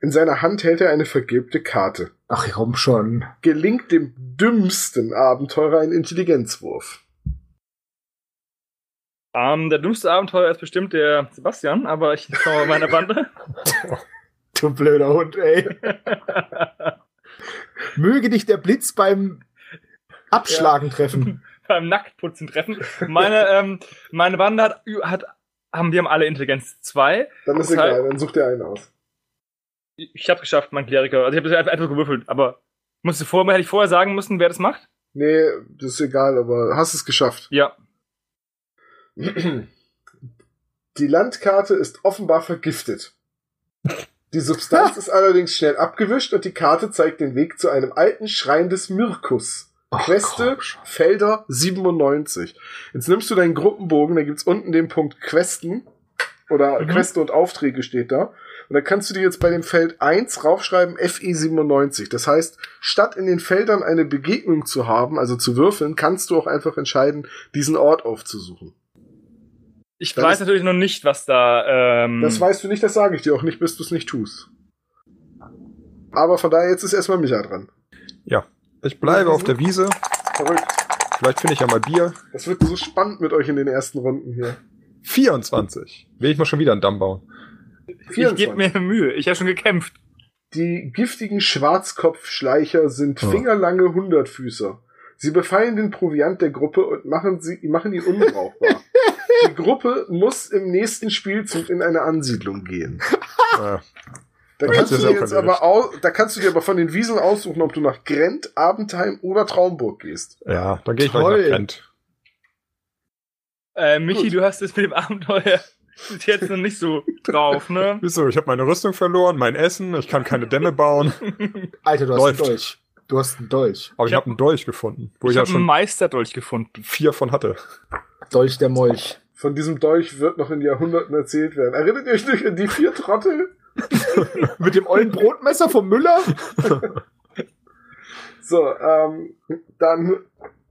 [SPEAKER 1] In seiner Hand hält er eine vergilbte Karte.
[SPEAKER 4] Ach, komm schon.
[SPEAKER 1] Gelingt dem dümmsten Abenteurer ein Intelligenzwurf.
[SPEAKER 2] Ähm, der dümmste Abenteuer ist bestimmt der Sebastian, aber ich schau mal meiner Bande.
[SPEAKER 4] Du blöder Hund, ey. Möge dich der Blitz beim Abschlagen treffen.
[SPEAKER 2] beim Nacktputzen treffen. Meine, ähm, meine Bande hat, hat, haben, wir haben alle Intelligenz 2.
[SPEAKER 1] Dann ist
[SPEAKER 2] Das heißt-
[SPEAKER 1] egal, dann sucht er einen aus.
[SPEAKER 2] Ich hab's geschafft, mein Kleriker. Also ich habe einfach, einfach gewürfelt, aber musste vorher, hätte ich vorher sagen müssen, wer das macht?
[SPEAKER 1] Nee, das ist egal, aber hast es geschafft.
[SPEAKER 2] Ja.
[SPEAKER 1] Die Landkarte ist offenbar vergiftet. Die Substanz ist allerdings schnell abgewischt und die Karte zeigt den Weg zu einem alten Schrein des Mirkus.
[SPEAKER 4] Ach,
[SPEAKER 1] Queste
[SPEAKER 4] komm schon.
[SPEAKER 1] Felder 97. Jetzt nimmst du deinen Gruppenbogen, da gibt's unten den Punkt Questen oder
[SPEAKER 2] Mhm.
[SPEAKER 1] Queste und Aufträge steht da. Und da kannst du dir jetzt bei dem Feld 1 raufschreiben FE97. Das heißt, statt in den Feldern eine Begegnung zu haben, also zu würfeln, kannst du auch einfach entscheiden, diesen Ort aufzusuchen.
[SPEAKER 2] Ich
[SPEAKER 1] Dann
[SPEAKER 2] weiß
[SPEAKER 1] ist-
[SPEAKER 2] natürlich noch nicht, was da. Ähm,
[SPEAKER 3] Hm.
[SPEAKER 1] Das weißt du nicht, das sage ich dir auch nicht, bis du es nicht tust. Aber von daher, jetzt ist erstmal Micha dran.
[SPEAKER 3] Ich bleibe auf der Wiese.
[SPEAKER 1] Verrückt.
[SPEAKER 3] Vielleicht finde ich ja mal Bier.
[SPEAKER 1] Das wird so spannend mit euch in den ersten Runden hier.
[SPEAKER 3] 24. Will ich mal schon wieder einen Damm bauen.
[SPEAKER 2] ich gebe mir Mühe. Ich habe schon gekämpft.
[SPEAKER 1] Die giftigen Schwarzkopfschleicher sind
[SPEAKER 3] Oh.
[SPEAKER 1] fingerlange Hundertfüßer. Sie befallen den Proviant der Gruppe und machen, sie, machen ihn unbrauchbar. Die Gruppe muss im nächsten Spielzug in eine Ansiedlung gehen.
[SPEAKER 3] Äh,
[SPEAKER 1] Da
[SPEAKER 3] Dann
[SPEAKER 1] kannst, du
[SPEAKER 3] hat's
[SPEAKER 1] dir
[SPEAKER 3] das auch
[SPEAKER 1] jetzt
[SPEAKER 3] erledigt.
[SPEAKER 1] aber au- da kannst du dir aber von den Wiesen aussuchen, ob du nach Grent, Abendheim oder Traumburg gehst.
[SPEAKER 3] ja, dann gehe ich gleich
[SPEAKER 4] Toll.
[SPEAKER 3] nach Kent.
[SPEAKER 2] Äh, Michi,
[SPEAKER 1] Gut.
[SPEAKER 2] du hast es mit dem Abenteuer bis jetzt noch nicht so drauf, ne?
[SPEAKER 3] Wieso? Ich habe meine Rüstung verloren, mein Essen, ich kann keine Dämme bauen.
[SPEAKER 4] Alter, du hast
[SPEAKER 3] Läuft.
[SPEAKER 4] einen Dolch. Du hast einen Dolch.
[SPEAKER 3] Aber
[SPEAKER 2] Ich
[SPEAKER 3] ich
[SPEAKER 2] hab-
[SPEAKER 3] habe einen Dolch gefunden, wo ich,
[SPEAKER 2] ich
[SPEAKER 3] ja
[SPEAKER 2] habe einen
[SPEAKER 3] schon
[SPEAKER 2] Meisterdolch gefunden.
[SPEAKER 3] vier von hatte.
[SPEAKER 4] Dolch der Molch.
[SPEAKER 1] Von diesem Dolch wird noch in Jahrhunderten erzählt werden. Erinnert ihr euch nicht an die vier Trottel?
[SPEAKER 4] Mit dem ollen Brotmesser vom Müller?
[SPEAKER 1] So, ähm, dann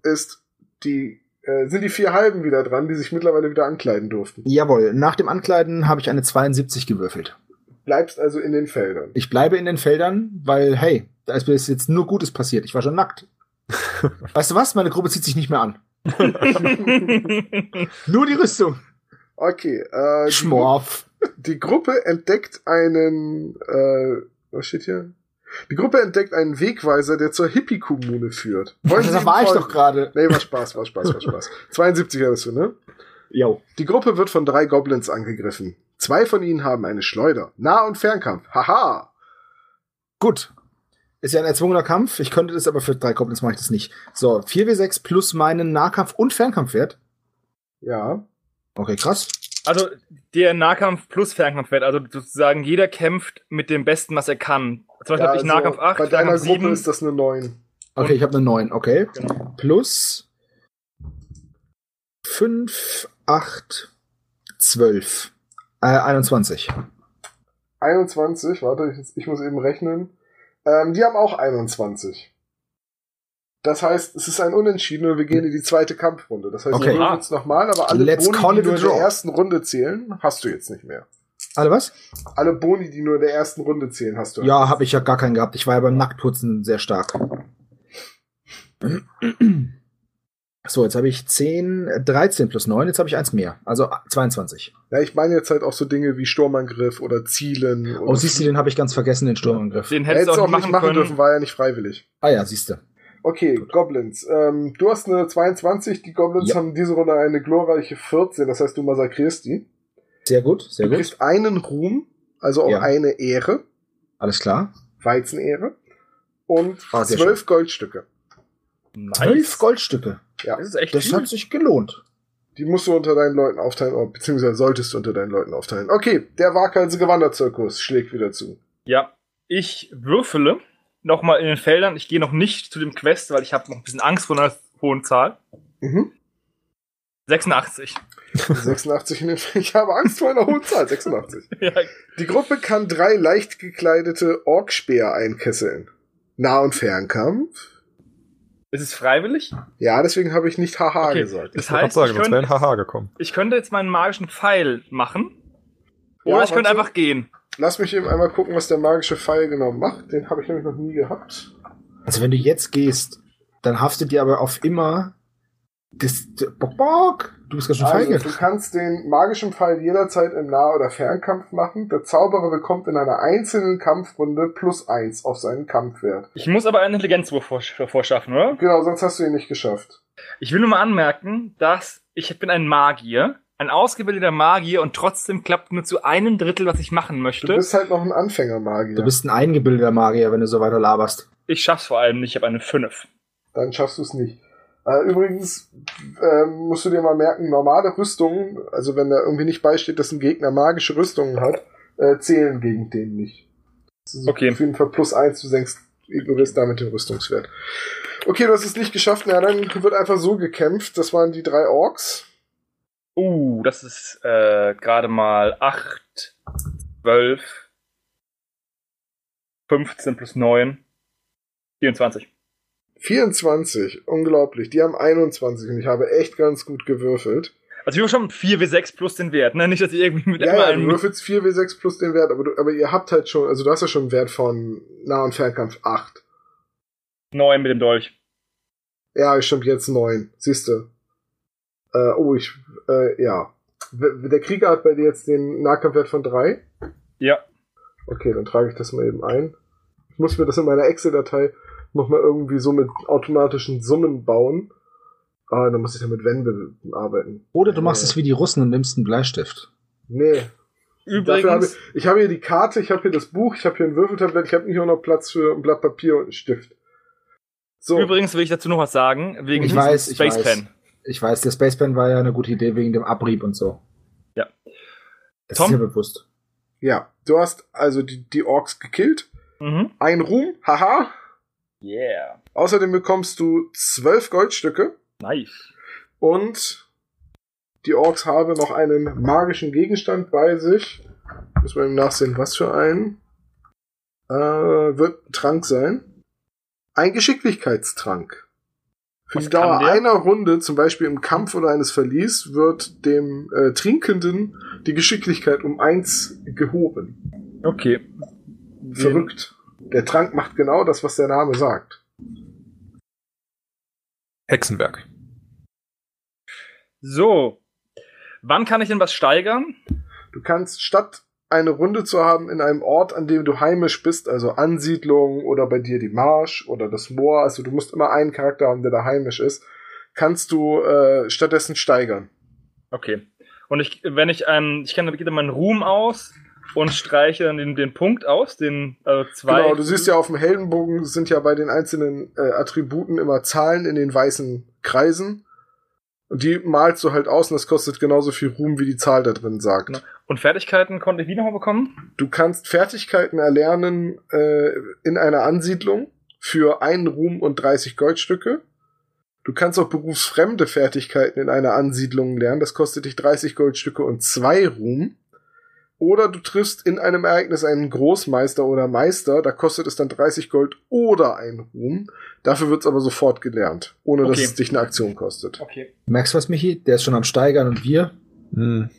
[SPEAKER 1] ist die, äh, sind die vier Halben wieder dran, die sich mittlerweile wieder ankleiden durften.
[SPEAKER 4] Jawohl, nach dem Ankleiden habe ich eine 72 gewürfelt.
[SPEAKER 1] bleibst also in den Feldern.
[SPEAKER 4] Ich bleibe in den Feldern, weil, hey, da ist bis jetzt nur Gutes passiert. Ich war schon nackt. weißt du was? Meine Gruppe zieht sich nicht mehr an. Nur die Rüstung.
[SPEAKER 1] Okay, äh, die, Gru
[SPEAKER 4] Schmorf.
[SPEAKER 1] die Gruppe entdeckt einen, äh, was steht hier? Die Gruppe entdeckt einen Wegweiser, der zur Hippie-Kommune führt. Wollen Sie
[SPEAKER 4] Da
[SPEAKER 1] ihm
[SPEAKER 4] war ich
[SPEAKER 1] folgen?
[SPEAKER 4] doch gerade.
[SPEAKER 1] Nee, war Spaß, war Spaß, war Spaß. 72er bist du, ne?
[SPEAKER 4] Jo.
[SPEAKER 1] Die Gruppe wird von drei Goblins angegriffen. Zwei von ihnen haben eine Schleuder. Nah- und Fernkampf. Haha.
[SPEAKER 4] Gut. Ist ja ein erzwungener Kampf. Ich könnte das aber für drei Goblins mache ich das nicht. So, 4W6 plus meinen Nahkampf- und Fernkampfwert.
[SPEAKER 1] Ja.
[SPEAKER 4] Okay, krass.
[SPEAKER 2] Also der Nahkampf plus Fernkampfwert, also sozusagen jeder kämpft mit dem Besten, was er kann.
[SPEAKER 1] ja
[SPEAKER 2] Zum Beispiel
[SPEAKER 1] also,
[SPEAKER 2] habe ich Nahkampf 8,
[SPEAKER 1] bei deiner
[SPEAKER 2] Nahkampf
[SPEAKER 1] Gruppe
[SPEAKER 2] 7.
[SPEAKER 1] ist das eine 9.
[SPEAKER 4] Okay, ich habe eine 9, okay.
[SPEAKER 2] Genau.
[SPEAKER 4] Plus 5, 8, 12. Äh, 21.
[SPEAKER 1] 21, warte, ich, ich muss eben rechnen. Ähm, die haben auch 21. Das heißt, es ist ein Unentschieden und wir gehen in die zweite Kampfrunde. Das heißt,
[SPEAKER 4] Okay.
[SPEAKER 1] wir rühren uns nochmal, aber alle
[SPEAKER 4] Let's
[SPEAKER 1] Boni,
[SPEAKER 4] call
[SPEAKER 1] die
[SPEAKER 4] it a
[SPEAKER 1] nur in der
[SPEAKER 4] draw.
[SPEAKER 1] ersten Runde zählen, hast du jetzt nicht mehr.
[SPEAKER 4] Alle was?
[SPEAKER 1] Alle Boni, die nur in der ersten Runde zählen, hast du.
[SPEAKER 4] Ja, habe ich ja gar keinen gehabt. Ich war ja beim Nacktputzen sehr stark. So, jetzt habe ich 10, äh, 13 plus 9, jetzt habe ich eins mehr. Also äh, 22.
[SPEAKER 1] ja. Ich meine jetzt halt auch so Dinge wie Sturmangriff oder Zielen.
[SPEAKER 4] Oh, siehst du, den habe ich ganz vergessen, den Sturmangriff.
[SPEAKER 2] Den
[SPEAKER 1] Hättest du auch nicht machen
[SPEAKER 2] können.
[SPEAKER 1] dürfen, war ja nicht freiwillig.
[SPEAKER 4] Ah ja, siehst du.
[SPEAKER 1] Okay, Goblins. Ähm, du hast eine 22, die Goblins
[SPEAKER 4] Ja.
[SPEAKER 1] haben diese Runde eine glorreiche 14, das heißt, du massakrierst die.
[SPEAKER 4] Sehr gut, sehr
[SPEAKER 1] Du
[SPEAKER 4] gut.
[SPEAKER 1] kriegst einen Ruhm, also auch
[SPEAKER 4] Ja.
[SPEAKER 1] eine Ehre,
[SPEAKER 4] Alles klar.
[SPEAKER 1] Weizenehre, und
[SPEAKER 4] Ah, sehr
[SPEAKER 1] zwölf Goldstücke.
[SPEAKER 4] Zwölf Goldstücke.
[SPEAKER 1] Ja,
[SPEAKER 2] Das ist echt
[SPEAKER 4] Das
[SPEAKER 2] viel.
[SPEAKER 4] hat sich gelohnt.
[SPEAKER 1] die musst du unter deinen Leuten aufteilen, oder beziehungsweise solltest du unter deinen Leuten aufteilen. Okay, der waghalsige Wanderzirkus schlägt wieder zu.
[SPEAKER 2] Ja, ich würfele nochmal in den Feldern. Ich gehe noch nicht zu dem Quest, weil ich habe noch ein bisschen Angst vor einer hohen Zahl.
[SPEAKER 1] Mhm.
[SPEAKER 2] 86.
[SPEAKER 1] 86 in den Ich habe Angst vor einer hohen Zahl, 86.
[SPEAKER 2] ja,
[SPEAKER 1] Die Gruppe kann drei leicht gekleidete Orkspeer einkesseln. Nah- und Fernkampf.
[SPEAKER 2] ist es freiwillig?
[SPEAKER 1] Ja, deswegen habe ich nicht Haha
[SPEAKER 2] Okay.
[SPEAKER 1] gesagt.
[SPEAKER 2] Das
[SPEAKER 3] Ich wollte
[SPEAKER 2] heißt,
[SPEAKER 3] sagen,
[SPEAKER 2] ich
[SPEAKER 3] sonst wäre ein
[SPEAKER 2] könnte,
[SPEAKER 3] Haha gekommen.
[SPEAKER 2] ich könnte jetzt meinen magischen Pfeil machen.
[SPEAKER 1] Ja,
[SPEAKER 2] Oder ich könnte
[SPEAKER 1] warte.
[SPEAKER 2] einfach gehen.
[SPEAKER 1] Lass mich eben einmal gucken, was der magische Pfeil genau macht. Den habe ich nämlich noch nie gehabt.
[SPEAKER 4] Also wenn du jetzt gehst, dann haftet dir aber auf immer das Bock, Bock. Du bist ganz schön
[SPEAKER 1] Also,
[SPEAKER 4] feige.
[SPEAKER 1] du kannst den magischen Pfeil jederzeit im Nah- oder Fernkampf machen. Der Zauberer bekommt in einer einzelnen Kampfrunde plus eins auf seinen Kampfwert.
[SPEAKER 2] Ich muss aber einen Intelligenzwurf vorsch- vorschaffen, oder?
[SPEAKER 1] Genau, sonst hast du ihn nicht geschafft.
[SPEAKER 2] Ich will nur mal anmerken, dass ich bin ein Magier, ein ausgebildeter Magier und trotzdem klappt nur zu einem Drittel, was ich machen
[SPEAKER 1] Du
[SPEAKER 2] möchte.
[SPEAKER 1] bist halt noch ein Anfängermagier.
[SPEAKER 4] Du bist ein eingebildeter Magier, wenn du so weiter laberst.
[SPEAKER 2] Ich schaff's vor allem nicht, ich habe eine 5.
[SPEAKER 1] Dann schaffst du es nicht. Äh, übrigens ähm, musst du dir mal merken, normale Rüstungen, also wenn da irgendwie nicht beisteht, dass ein Gegner magische Rüstungen hat, äh, zählen gegen den nicht. Das ist
[SPEAKER 2] Okay.
[SPEAKER 1] Auf jeden Fall plus eins, du senkst, ignorierst damit den Rüstungswert. Okay, du hast es nicht geschafft, na dann wird einfach so gekämpft. Das waren die drei Orks.
[SPEAKER 2] Uh, das ist äh, gerade mal 8, 12, 15 plus 9, 24.
[SPEAKER 1] 24, unglaublich. Die haben 21 und ich habe echt ganz gut gewürfelt.
[SPEAKER 2] Also ich habe schon 4 W6 plus den Wert, ne? Nicht, dass ich irgendwie mit
[SPEAKER 1] Ja,
[SPEAKER 2] immer
[SPEAKER 1] ja, du
[SPEAKER 2] einem-
[SPEAKER 1] würfelst 4W6 plus den Wert, aber, du, aber ihr habt halt schon, also du hast ja schon einen Wert von Nah- und Fernkampf 8.
[SPEAKER 2] 9 mit dem Dolch.
[SPEAKER 1] Ja, stimmt, jetzt neun. Siehste. Äh, oh, ich, äh, ja. W- Der Krieger hat bei dir jetzt den Nahkampfwert von drei.
[SPEAKER 2] Ja.
[SPEAKER 1] Okay, dann trage ich das mal eben ein. Ich muss mir das in meiner Excel-Datei nochmal irgendwie so mit automatischen Summen bauen. Ah, dann muss ich damit wenn be- arbeiten.
[SPEAKER 4] Oder du machst
[SPEAKER 1] Ja.
[SPEAKER 4] es wie die Russen und nimmst einen Bleistift.
[SPEAKER 1] Nee. Dafür habe ich,
[SPEAKER 2] Übrigens,
[SPEAKER 1] ich habe hier die Karte, ich habe hier das Buch, ich habe hier ein Würfeltablett, ich habe hier auch noch Platz für ein Blatt Papier und einen Stift. So.
[SPEAKER 2] übrigens will ich dazu noch was sagen, wegen
[SPEAKER 4] Ich
[SPEAKER 2] diesem
[SPEAKER 4] weiß, ich
[SPEAKER 2] Space
[SPEAKER 4] weiß.
[SPEAKER 2] Pen.
[SPEAKER 4] Ich weiß, der Spacepan war ja eine gute Idee wegen dem Abrieb und so.
[SPEAKER 2] Ja.
[SPEAKER 4] Das
[SPEAKER 2] Tom?
[SPEAKER 4] ist mir bewusst.
[SPEAKER 1] Ja, du hast also die, die Orks gekillt.
[SPEAKER 2] Mhm.
[SPEAKER 1] Ein Ruhm, haha.
[SPEAKER 2] Yeah.
[SPEAKER 1] Außerdem bekommst du zwölf Goldstücke
[SPEAKER 2] Nice.
[SPEAKER 1] und die Orks haben noch einen magischen Gegenstand bei sich. Muss man eben nachsehen, was für einen. Äh, wird ein Trank sein. Ein Geschicklichkeitstrank. Für
[SPEAKER 2] Was
[SPEAKER 1] die Dauer
[SPEAKER 2] kann der?
[SPEAKER 1] einer Runde, zum Beispiel im Kampf oder eines Verlies, wird dem äh, Trinkenden die Geschicklichkeit um eins gehoben.
[SPEAKER 2] Okay. Hm.
[SPEAKER 1] Verrückt. Der Trank macht genau das, was der Name sagt.
[SPEAKER 3] Hexenwerk.
[SPEAKER 2] So. Wann kann ich denn was steigern?
[SPEAKER 1] Du kannst statt eine Runde zu haben in einem Ort, an dem du heimisch bist, also Ansiedlung oder bei dir die Marsch oder das Moor, also du musst immer einen Charakter haben, der da heimisch ist, kannst du äh, stattdessen steigern.
[SPEAKER 2] Okay. Und ich, wenn ich, ähm, ich kenne, geht dann meinen Ruhm aus und streiche dann den, den Punkt aus, den also zwei.
[SPEAKER 1] Genau, du siehst ja auf dem Heldenbogen sind ja bei den einzelnen äh, Attributen immer Zahlen in den weißen Kreisen. Und die malst du halt aus und das kostet genauso viel Ruhm, wie die Zahl da drin sagt.
[SPEAKER 2] Genau. Und Fertigkeiten konnte ich wie nochmal bekommen?
[SPEAKER 1] Du kannst Fertigkeiten erlernen äh, in einer Ansiedlung für einen Ruhm und 30 Goldstücke. Du kannst auch berufsfremde Fertigkeiten in einer Ansiedlung lernen. Das kostet dich 30 Goldstücke und zwei Ruhm. Oder du triffst in einem Ereignis einen Großmeister oder Meister. Da kostet es dann 30 Gold oder einen Ruhm. Dafür wird's aber sofort gelernt, ohne dass
[SPEAKER 2] Okay.
[SPEAKER 1] es dich eine Aktion kostet.
[SPEAKER 2] Okay.
[SPEAKER 4] Merkst du was, Michi? Der ist schon am Steigern und wir.
[SPEAKER 3] Hm.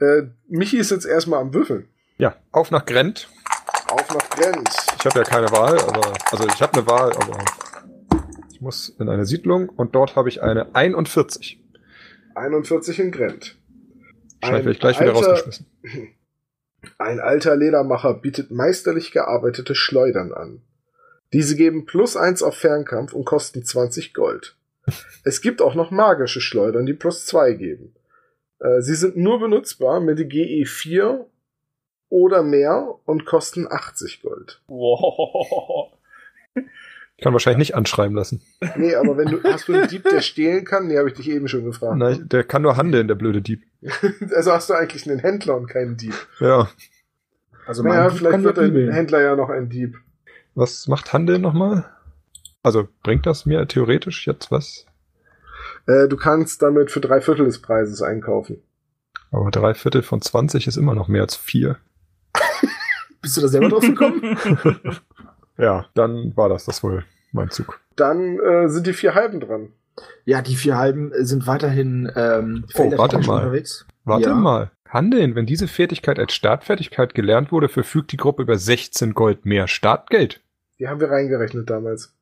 [SPEAKER 1] Äh, Michi ist jetzt erstmal am Würfeln.
[SPEAKER 3] Ja, auf nach Grent.
[SPEAKER 1] Auf nach Brent.
[SPEAKER 3] Ich habe ja keine Wahl, aber also ich habe eine Wahl, aber ich muss in eine Siedlung und dort habe ich eine 41.
[SPEAKER 1] 41 in Brent.
[SPEAKER 3] Wahrscheinlich werde ich gleich wieder rausgeschmissen.
[SPEAKER 1] Ein alter Ledermacher bietet meisterlich gearbeitete Schleudern an. Diese geben plus eins auf Fernkampf und kosten 20 Gold. Es gibt auch noch magische Schleudern, die plus zwei geben. Äh, Sie sind nur benutzbar mit GE4 oder mehr und kosten 80 Gold.
[SPEAKER 2] Wow.
[SPEAKER 3] Ich kann wahrscheinlich nicht anschreiben lassen.
[SPEAKER 1] Nee, aber wenn du, hast du einen Dieb, der stehlen kann? Nee, habe ich dich eben schon gefragt.
[SPEAKER 3] Na, ich- der kann nur handeln, der blöde Dieb.
[SPEAKER 1] Also hast du eigentlich einen Händler und keinen Dieb.
[SPEAKER 3] Ja.
[SPEAKER 4] Also
[SPEAKER 1] Naja,
[SPEAKER 4] Dieb
[SPEAKER 1] vielleicht
[SPEAKER 4] kann
[SPEAKER 1] wird
[SPEAKER 4] ja
[SPEAKER 1] ein
[SPEAKER 4] übeln.
[SPEAKER 1] Händler ja noch ein Dieb.
[SPEAKER 3] Was macht Handeln nochmal? Also bringt das mir theoretisch jetzt was?
[SPEAKER 1] Äh, du kannst damit für drei Viertel des Preises einkaufen.
[SPEAKER 3] Aber drei Viertel von 20 ist immer noch mehr als vier.
[SPEAKER 4] Bist du da selber drauf gekommen?
[SPEAKER 3] Ja, dann war das das wohl mein Zug.
[SPEAKER 1] Dann äh, sind die vier Halben dran.
[SPEAKER 4] ja, die vier Halben sind weiterhin ähm,
[SPEAKER 3] Oh, warte
[SPEAKER 4] feldertechnisch
[SPEAKER 3] mal.
[SPEAKER 4] unterwegs.
[SPEAKER 3] Warte
[SPEAKER 4] Ja.
[SPEAKER 3] mal. Handeln, wenn diese Fertigkeit als Startfertigkeit gelernt wurde, verfügt die Gruppe über 16 Gold mehr Startgeld.
[SPEAKER 1] Die haben wir reingerechnet damals.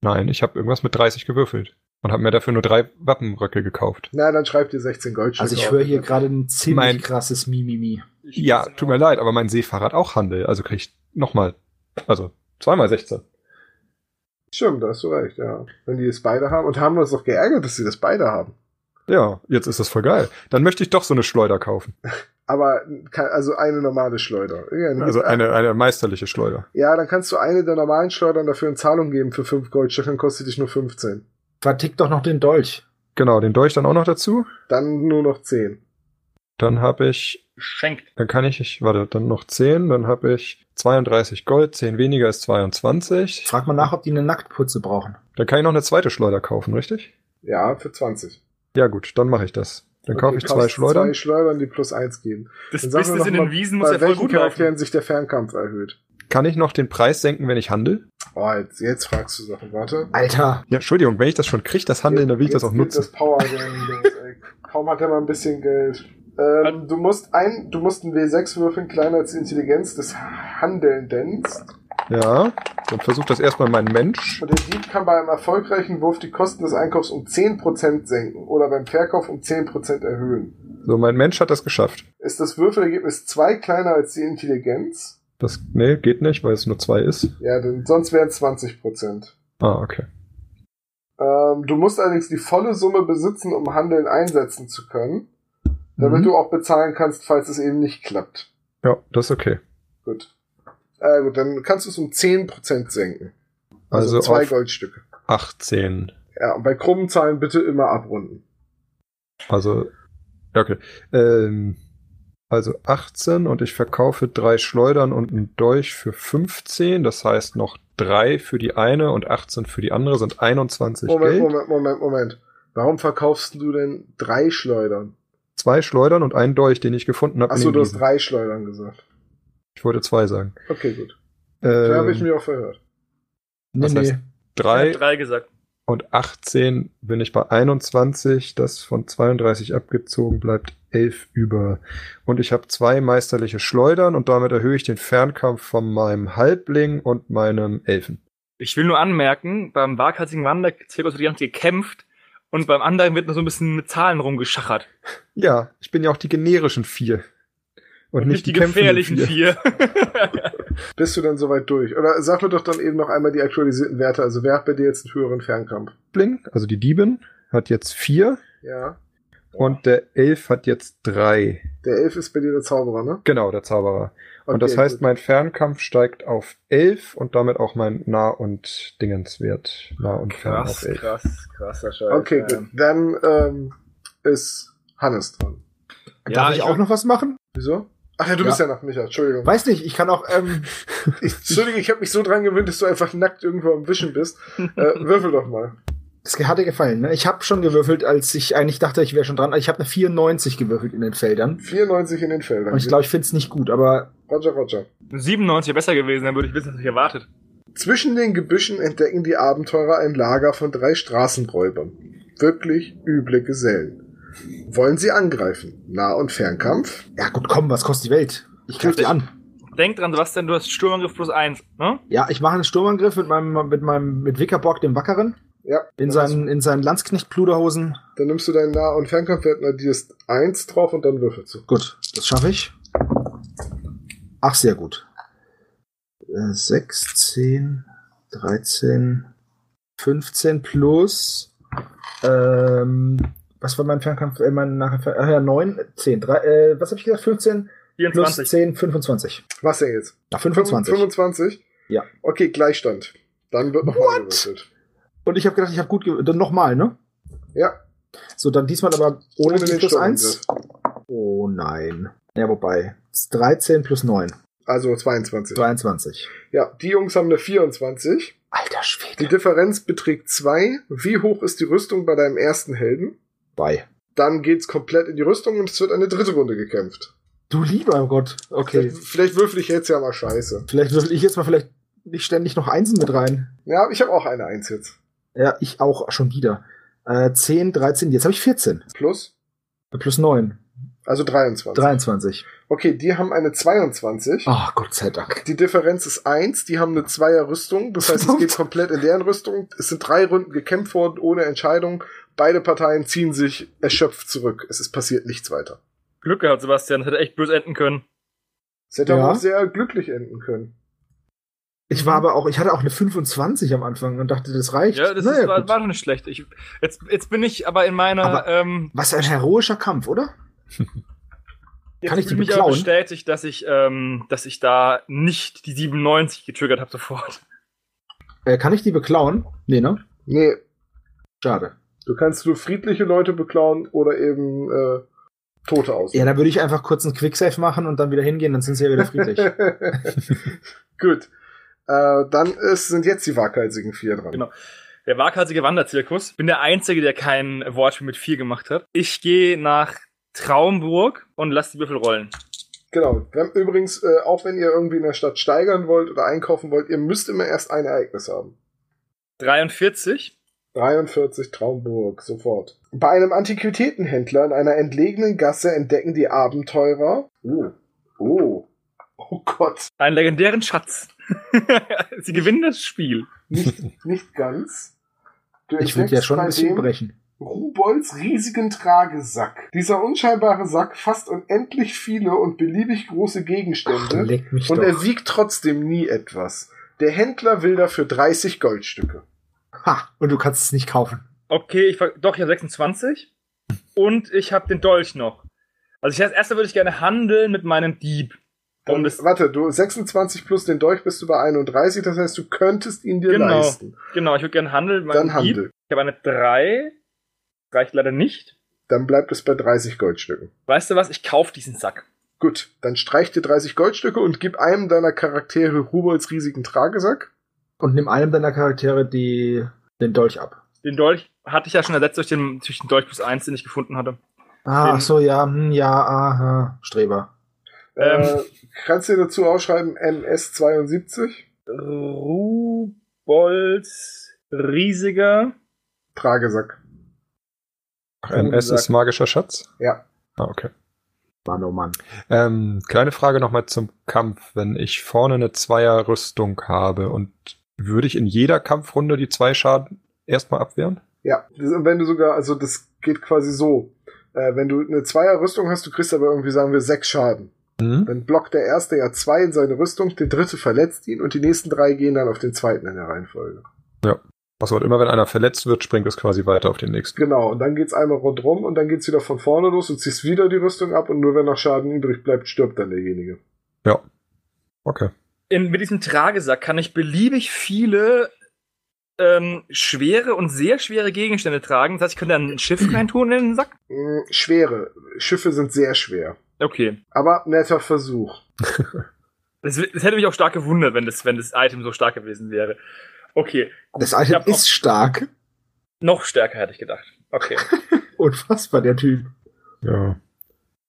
[SPEAKER 3] Nein, ich habe irgendwas mit 30 gewürfelt und habe mir dafür nur drei Wappenröcke gekauft.
[SPEAKER 1] Na, dann schreibt ihr 16 Goldstücke.
[SPEAKER 4] Also ich
[SPEAKER 1] auf.
[SPEAKER 4] höre hier gerade ein ziemlich
[SPEAKER 3] Mein-
[SPEAKER 4] krasses Mimimi.
[SPEAKER 2] Ich
[SPEAKER 3] Ja,
[SPEAKER 2] weiß
[SPEAKER 3] tut
[SPEAKER 2] noch.
[SPEAKER 3] mir leid, aber mein Seefahrer hat auch Handel, also krieg ich nochmal, also zweimal 16.
[SPEAKER 1] Stimmt, da hast du recht, ja. Wenn die das beide haben. Und haben wir uns doch geärgert, dass sie das beide haben.
[SPEAKER 3] Ja, jetzt ist das voll geil. Dann möchte ich doch so eine Schleuder kaufen.
[SPEAKER 1] Aber, ke- also eine normale Schleuder. Ja, dann
[SPEAKER 3] Also
[SPEAKER 1] gib-
[SPEAKER 3] eine, eine meisterliche Schleuder.
[SPEAKER 1] ja, dann kannst du eine der normalen Schleudern dafür in Zahlung geben für 5 Goldstücke, dann kostet dich nur 15.
[SPEAKER 4] Vertick doch noch den Dolch.
[SPEAKER 3] Genau, den Dolch dann auch noch dazu.
[SPEAKER 1] Dann nur noch 10.
[SPEAKER 3] Dann habe ich
[SPEAKER 2] Geschenkt.
[SPEAKER 3] Dann kann ich, ich warte, dann noch 10, dann habe ich 32 Gold, 10 weniger ist 22.
[SPEAKER 4] Frag mal nach, ob die eine Nacktputze brauchen.
[SPEAKER 3] Dann kann ich noch eine zweite Schleuder kaufen, richtig?
[SPEAKER 1] Ja, für 20.
[SPEAKER 3] Ja gut, dann mache ich das. Dann kaufe
[SPEAKER 1] Okay,
[SPEAKER 3] ich
[SPEAKER 1] kaufst
[SPEAKER 3] zwei
[SPEAKER 1] Zwei
[SPEAKER 3] Schleudern.
[SPEAKER 1] Schleudern, die plus 1 geben.
[SPEAKER 2] Das
[SPEAKER 1] Dann sagen wir
[SPEAKER 2] Business
[SPEAKER 1] noch
[SPEAKER 2] in
[SPEAKER 1] mal,
[SPEAKER 2] den Wiesen muss
[SPEAKER 1] Bei
[SPEAKER 2] ja voll
[SPEAKER 1] welchen
[SPEAKER 2] gut laufen.
[SPEAKER 1] Charakteren sich der Fernkampf erhöht.
[SPEAKER 3] Kann ich noch den Preis senken, wenn ich handel?
[SPEAKER 1] Oh, jetzt, jetzt fragst du Sachen. Warte.
[SPEAKER 4] Alter,
[SPEAKER 3] Ja, Entschuldigung, wenn ich das schon kriege, das Handeln, dann will ich
[SPEAKER 1] Jetzt
[SPEAKER 3] das auch
[SPEAKER 1] geht
[SPEAKER 3] nutzen.
[SPEAKER 1] Das Power Gaming los, ey. Kaum hat er mal ein bisschen Geld. Ähm, du musst ein, du musst ein W6 würfeln, kleiner als die Intelligenz des Handelnden.
[SPEAKER 3] Ja, dann versucht das erstmal mein Mensch.
[SPEAKER 1] Und der Dieb kann bei einem erfolgreichen Wurf die Kosten des Einkaufs um 10% senken oder beim Verkauf um 10% erhöhen.
[SPEAKER 3] So, mein Mensch hat das geschafft.
[SPEAKER 1] Ist das Würfelergebnis 2 kleiner als die Intelligenz?
[SPEAKER 3] Das, nee, geht nicht, weil es nur zwei ist.
[SPEAKER 1] Ja, denn sonst wären es 20%.
[SPEAKER 3] Ah, okay.
[SPEAKER 1] Ähm, du musst allerdings die volle Summe besitzen, um Handeln einsetzen zu können, damit
[SPEAKER 3] Mhm.
[SPEAKER 1] du auch bezahlen kannst, falls es eben nicht klappt.
[SPEAKER 3] Ja, das ist okay.
[SPEAKER 1] Gut. Äh, gut, dann kannst du es um 10% senken. Also,
[SPEAKER 3] Also,
[SPEAKER 1] zwei
[SPEAKER 3] auf
[SPEAKER 1] Goldstücke.
[SPEAKER 3] 18.
[SPEAKER 1] Ja, und bei krummen Zahlen bitte immer abrunden.
[SPEAKER 3] Also, ja, okay. Ähm, also 18 und ich verkaufe drei Schleudern und einen Dolch für 15. Das heißt, noch drei für die eine und 18 für die andere sind 21
[SPEAKER 1] Moment,
[SPEAKER 3] Geld.
[SPEAKER 1] Moment, Moment, Moment. Warum verkaufst du denn drei Schleudern?
[SPEAKER 3] Zwei Schleudern und einen Dolch, den ich gefunden habe. in
[SPEAKER 1] Achso,
[SPEAKER 3] den
[SPEAKER 1] du hast
[SPEAKER 3] Wiesen.
[SPEAKER 1] drei Schleudern gesagt.
[SPEAKER 3] Ich wollte zwei sagen.
[SPEAKER 1] Okay, gut. Da habe ich
[SPEAKER 3] Ähm,
[SPEAKER 1] mich auch verhört.
[SPEAKER 4] nee,
[SPEAKER 3] Was
[SPEAKER 4] nee.
[SPEAKER 3] heißt-
[SPEAKER 2] Ich hab
[SPEAKER 3] drei,
[SPEAKER 2] drei gesagt.
[SPEAKER 3] und 18 bin ich bei 21, das von 32 abgezogen bleibt 11 über. Und ich habe zwei meisterliche Schleudern und damit erhöhe ich den Fernkampf von meinem Halbling und meinem Elfen.
[SPEAKER 2] Ich will nur anmerken, beim waghalsigen Wanderzirkus wird die ganze Zeit gekämpft und beim anderen wird nur so ein bisschen mit Zahlen rumgeschachert.
[SPEAKER 3] Ja, ich bin ja auch die generischen vier. Und,
[SPEAKER 2] Nicht die, gefährlichen vier.
[SPEAKER 1] Bist du dann soweit durch? Oder sag mir doch dann eben noch einmal die aktualisierten Werte. Also wer hat bei dir jetzt einen höheren Fernkampf?
[SPEAKER 3] Halbling, also die Diebin, hat jetzt vier
[SPEAKER 1] Ja.
[SPEAKER 3] und der Elf hat jetzt drei.
[SPEAKER 1] Der Elf ist bei dir der Zauberer, ne?
[SPEAKER 3] Genau, der Zauberer.
[SPEAKER 1] Okay,
[SPEAKER 3] und das heißt,
[SPEAKER 1] gut.
[SPEAKER 3] mein Fernkampf steigt auf 11 und damit auch mein Nah- und Dingenswert. Nah- und Fern auf
[SPEAKER 4] Krass,
[SPEAKER 3] 11.
[SPEAKER 4] krass, krasser Scheiß.
[SPEAKER 1] Okay,
[SPEAKER 3] äh,
[SPEAKER 4] Ähm,
[SPEAKER 1] gut. Dann ähm, ist Hannes dran.
[SPEAKER 4] Darf ich auch noch was machen?
[SPEAKER 1] Wieso? Ach ja, du
[SPEAKER 4] Ja.
[SPEAKER 1] bist ja nach Micha, Entschuldigung.
[SPEAKER 4] Weiß nicht, ich kann auch, ähm,
[SPEAKER 1] Ich, Entschuldigung, ich habe mich so dran gewöhnt, dass du einfach nackt irgendwo am Wischen bist. Äh, würfel doch mal.
[SPEAKER 4] es hat dir gefallen, ne? Ich habe schon gewürfelt, als ich eigentlich dachte, ich wäre schon dran. Ich habe eine 94 gewürfelt in den Feldern.
[SPEAKER 1] 94 in den Feldern.
[SPEAKER 4] Und ich glaube, ich finde es nicht gut, aber
[SPEAKER 1] Roger, Roger.
[SPEAKER 2] 97 besser gewesen, dann würde ich wissen, was mich erwartet.
[SPEAKER 1] Zwischen den Gebüschen entdecken die Abenteurer ein Lager von drei Straßenräubern. Wirklich üble Gesellen. Wollen sie angreifen? Nah- und Fernkampf?
[SPEAKER 4] ja gut, komm, was kostet die Welt? Ich greife die an.
[SPEAKER 2] Denk dran, Sebastian, du hast Sturmangriff plus eins, ne?
[SPEAKER 4] Ja, ich mache einen Sturmangriff mit meinem, mit meinem, mit Wickerborg, dem Wackeren,
[SPEAKER 1] Ja.
[SPEAKER 4] in seinen, in seinen Landsknecht-Pluderhosen.
[SPEAKER 1] Dann nimmst du deinen Nah- und Fernkampfwert und addierst 1 drauf und dann würfelst du.
[SPEAKER 4] Gut, das schaffe ich. Ach, sehr gut. Äh, 6, 10, 13, 15 plus. Ähm, was war mein Fernkampf? Äh, mein Nachkampf? Äh, ja, 9, 10, 3, äh, was habe ich gesagt? 15 plus
[SPEAKER 2] 24.
[SPEAKER 4] 10, 25.
[SPEAKER 1] Was denn jetzt?
[SPEAKER 4] Na, 25.
[SPEAKER 1] 25?
[SPEAKER 4] Ja.
[SPEAKER 1] Okay, Gleichstand. Dann wird nochmal gewürfelt.
[SPEAKER 4] Und ich habe gedacht, ich habe gut ge- Dann nochmal, ne?
[SPEAKER 1] Ja.
[SPEAKER 4] So, dann diesmal aber ohne, die plus 1.
[SPEAKER 1] Sturmangriff.
[SPEAKER 4] Oh nein. Ja, wobei. 13 plus 9.
[SPEAKER 1] Also 22.
[SPEAKER 4] 22.
[SPEAKER 1] Ja, die Jungs haben eine 24.
[SPEAKER 4] Alter
[SPEAKER 1] Die
[SPEAKER 4] Schwede.
[SPEAKER 1] Differenz beträgt 2. Wie hoch ist die Rüstung bei deinem ersten Helden?
[SPEAKER 4] Bei.
[SPEAKER 1] Dann geht's komplett in die Rüstung und es wird eine dritte Runde gekämpft.
[SPEAKER 4] Du lieber Gott. Okay.
[SPEAKER 1] Vielleicht, vielleicht würfel ich jetzt ja mal scheiße.
[SPEAKER 4] Vielleicht würfel ich jetzt mal vielleicht nicht ständig noch Einsen mit rein.
[SPEAKER 1] Ja, ich habe auch eine 1 jetzt.
[SPEAKER 4] Ja, ich auch schon wieder. Äh, 10, 13, jetzt habe ich 14.
[SPEAKER 1] Plus,
[SPEAKER 4] Plus 9,
[SPEAKER 1] also 23.
[SPEAKER 4] 23.
[SPEAKER 1] Okay, die haben eine 22.
[SPEAKER 4] Ah, Gott sei Dank.
[SPEAKER 1] Die Differenz ist 1. Die haben eine 2er Rüstung. Das heißt, es geht komplett in deren Rüstung. Es sind drei Runden gekämpft worden ohne Entscheidung. Beide Parteien ziehen sich erschöpft zurück. Es ist passiert nichts weiter.
[SPEAKER 2] Glück gehabt, Sebastian, das hätte echt böse enden können.
[SPEAKER 1] Es hätte
[SPEAKER 4] Ja.
[SPEAKER 1] auch sehr glücklich enden können.
[SPEAKER 4] Ich war aber auch, ich hatte auch eine 25 am Anfang und dachte, das reicht.
[SPEAKER 2] Ja, das
[SPEAKER 4] Naja,
[SPEAKER 2] ist, war,
[SPEAKER 4] gut.
[SPEAKER 2] war doch nicht schlecht. Ich, jetzt, jetzt bin ich aber in meiner.
[SPEAKER 4] Aber-
[SPEAKER 2] ähm,
[SPEAKER 4] Was ein heroischer Kampf, oder?
[SPEAKER 2] jetzt
[SPEAKER 4] Kann ich die
[SPEAKER 2] fühle mich aber
[SPEAKER 4] beklauen?
[SPEAKER 2] bestätigt, dass ich, ähm, dass ich da nicht die 97 getriggert habe sofort.
[SPEAKER 4] Äh, kann ich die beklauen? Nee, ne?
[SPEAKER 1] Nee,
[SPEAKER 4] Schade.
[SPEAKER 1] Du kannst nur friedliche Leute beklauen oder eben äh, Tote aus.
[SPEAKER 4] Ja, dann würde ich einfach kurz einen Quicksave machen und dann wieder hingehen, dann sind sie ja wieder friedlich.
[SPEAKER 1] Gut. Äh, dann ist, sind jetzt die waghalsigen vier dran.
[SPEAKER 2] Genau. Der waghalsige Wanderzirkus. Bin der Einzige, der kein Wortspiel mit 4 gemacht hat. Ich gehe nach Traumburg und lass die Würfel rollen.
[SPEAKER 1] Genau. Wir haben übrigens, äh, auch wenn ihr irgendwie in der Stadt steigern wollt oder einkaufen wollt, ihr müsst immer erst ein Ereignis haben.
[SPEAKER 2] 43.
[SPEAKER 1] 43 Traumburg, sofort. Bei einem Antiquitätenhändler in einer entlegenen Gasse entdecken die Abenteurer. Oh. Oh. Oh Gott.
[SPEAKER 2] Einen legendären Schatz. Sie gewinnen das Spiel.
[SPEAKER 1] Nicht, nicht ganz. Du
[SPEAKER 4] Ich würde ja
[SPEAKER 1] entdeckst
[SPEAKER 4] schon
[SPEAKER 1] bei
[SPEAKER 4] ein bisschen
[SPEAKER 1] dem-
[SPEAKER 4] brechen.
[SPEAKER 1] Rubolds riesigen Tragesack. Dieser unscheinbare Sack fasst unendlich viele und beliebig große
[SPEAKER 4] Ach,
[SPEAKER 1] Gegenstände
[SPEAKER 4] leck mich
[SPEAKER 1] und er
[SPEAKER 4] doch.
[SPEAKER 1] wiegt trotzdem nie etwas. Der Händler will dafür 30 Goldstücke.
[SPEAKER 4] Ha, und du kannst es nicht kaufen.
[SPEAKER 2] Okay, ich ver- doch, ich habe 26. Und ich habe den Dolch noch. Also ich als erster würde ich gerne handeln mit meinem Dieb.
[SPEAKER 1] Dann,
[SPEAKER 2] Um das,
[SPEAKER 1] warte, du 26 plus den Dolch bist du bei 31, das heißt, du könntest ihn dir
[SPEAKER 2] Genau.
[SPEAKER 1] leisten.
[SPEAKER 2] genau, ich würde gerne handeln mit meinem
[SPEAKER 1] Dann
[SPEAKER 2] Dieb.
[SPEAKER 1] handel.
[SPEAKER 2] Ich habe eine 3. Reicht leider nicht.
[SPEAKER 1] Dann bleibt es bei 30 Goldstücken.
[SPEAKER 2] Weißt du was? Ich kaufe diesen Sack.
[SPEAKER 1] Gut, dann streich dir 30 Goldstücke und gib einem deiner Charaktere Rubolds riesigen Tragesack.
[SPEAKER 4] Und nimm einem deiner Charaktere die, den Dolch ab.
[SPEAKER 2] Den Dolch hatte ich ja schon ersetzt durch den, durch den Dolch plus 1, den ich gefunden hatte.
[SPEAKER 4] Ah,
[SPEAKER 2] Den-
[SPEAKER 4] ach so, ja, hm, ja, aha, Streber.
[SPEAKER 2] Ähm.
[SPEAKER 1] Äh, kannst du dir dazu ausschreiben MS 72?
[SPEAKER 2] Rubolds riesiger
[SPEAKER 1] Tragesack.
[SPEAKER 3] MS Ähm, ist magischer Schatz?
[SPEAKER 1] Ja.
[SPEAKER 3] Ah, okay.
[SPEAKER 4] Mann, oh Mann.
[SPEAKER 3] Ähm, kleine Frage nochmal zum Kampf. Wenn ich vorne eine Zweierrüstung habe und würde ich in jeder Kampfrunde die zwei Schaden erstmal abwehren?
[SPEAKER 1] Ja, das- und wenn du sogar, also das geht quasi so. Äh, wenn du eine Zweierrüstung hast, du kriegst aber irgendwie, sagen wir, sechs Schaden.
[SPEAKER 3] Mhm.
[SPEAKER 1] Dann blockt der erste ja zwei in seine Rüstung, der dritte verletzt ihn und die nächsten drei gehen dann auf den zweiten in der Reihenfolge.
[SPEAKER 3] Achso, und immer wenn einer verletzt wird, springt es quasi weiter auf den nächsten.
[SPEAKER 1] Genau, und dann geht's einmal rundrum und dann geht's wieder von vorne los, du ziehst wieder die Rüstung ab und nur wenn noch Schaden übrig bleibt, stirbt dann derjenige.
[SPEAKER 3] Okay.
[SPEAKER 2] in, mit diesem Tragesack kann ich beliebig viele ähm, schwere und sehr schwere Gegenstände tragen. Das heißt, ich könnte dann ein Schiff reintun in den Sack.
[SPEAKER 1] Hm, schwere. Schiffe sind sehr schwer.
[SPEAKER 2] Okay.
[SPEAKER 1] Aber netter Versuch.
[SPEAKER 2] Das, das hätte mich auch stark gewundert, wenn das, wenn das Item so stark gewesen wäre. Okay.
[SPEAKER 4] Das
[SPEAKER 2] Ich
[SPEAKER 4] Item
[SPEAKER 2] hab
[SPEAKER 4] ist stark.
[SPEAKER 2] Noch stärker hätte ich gedacht. Okay.
[SPEAKER 4] Unfassbar, der Typ.
[SPEAKER 3] Ja.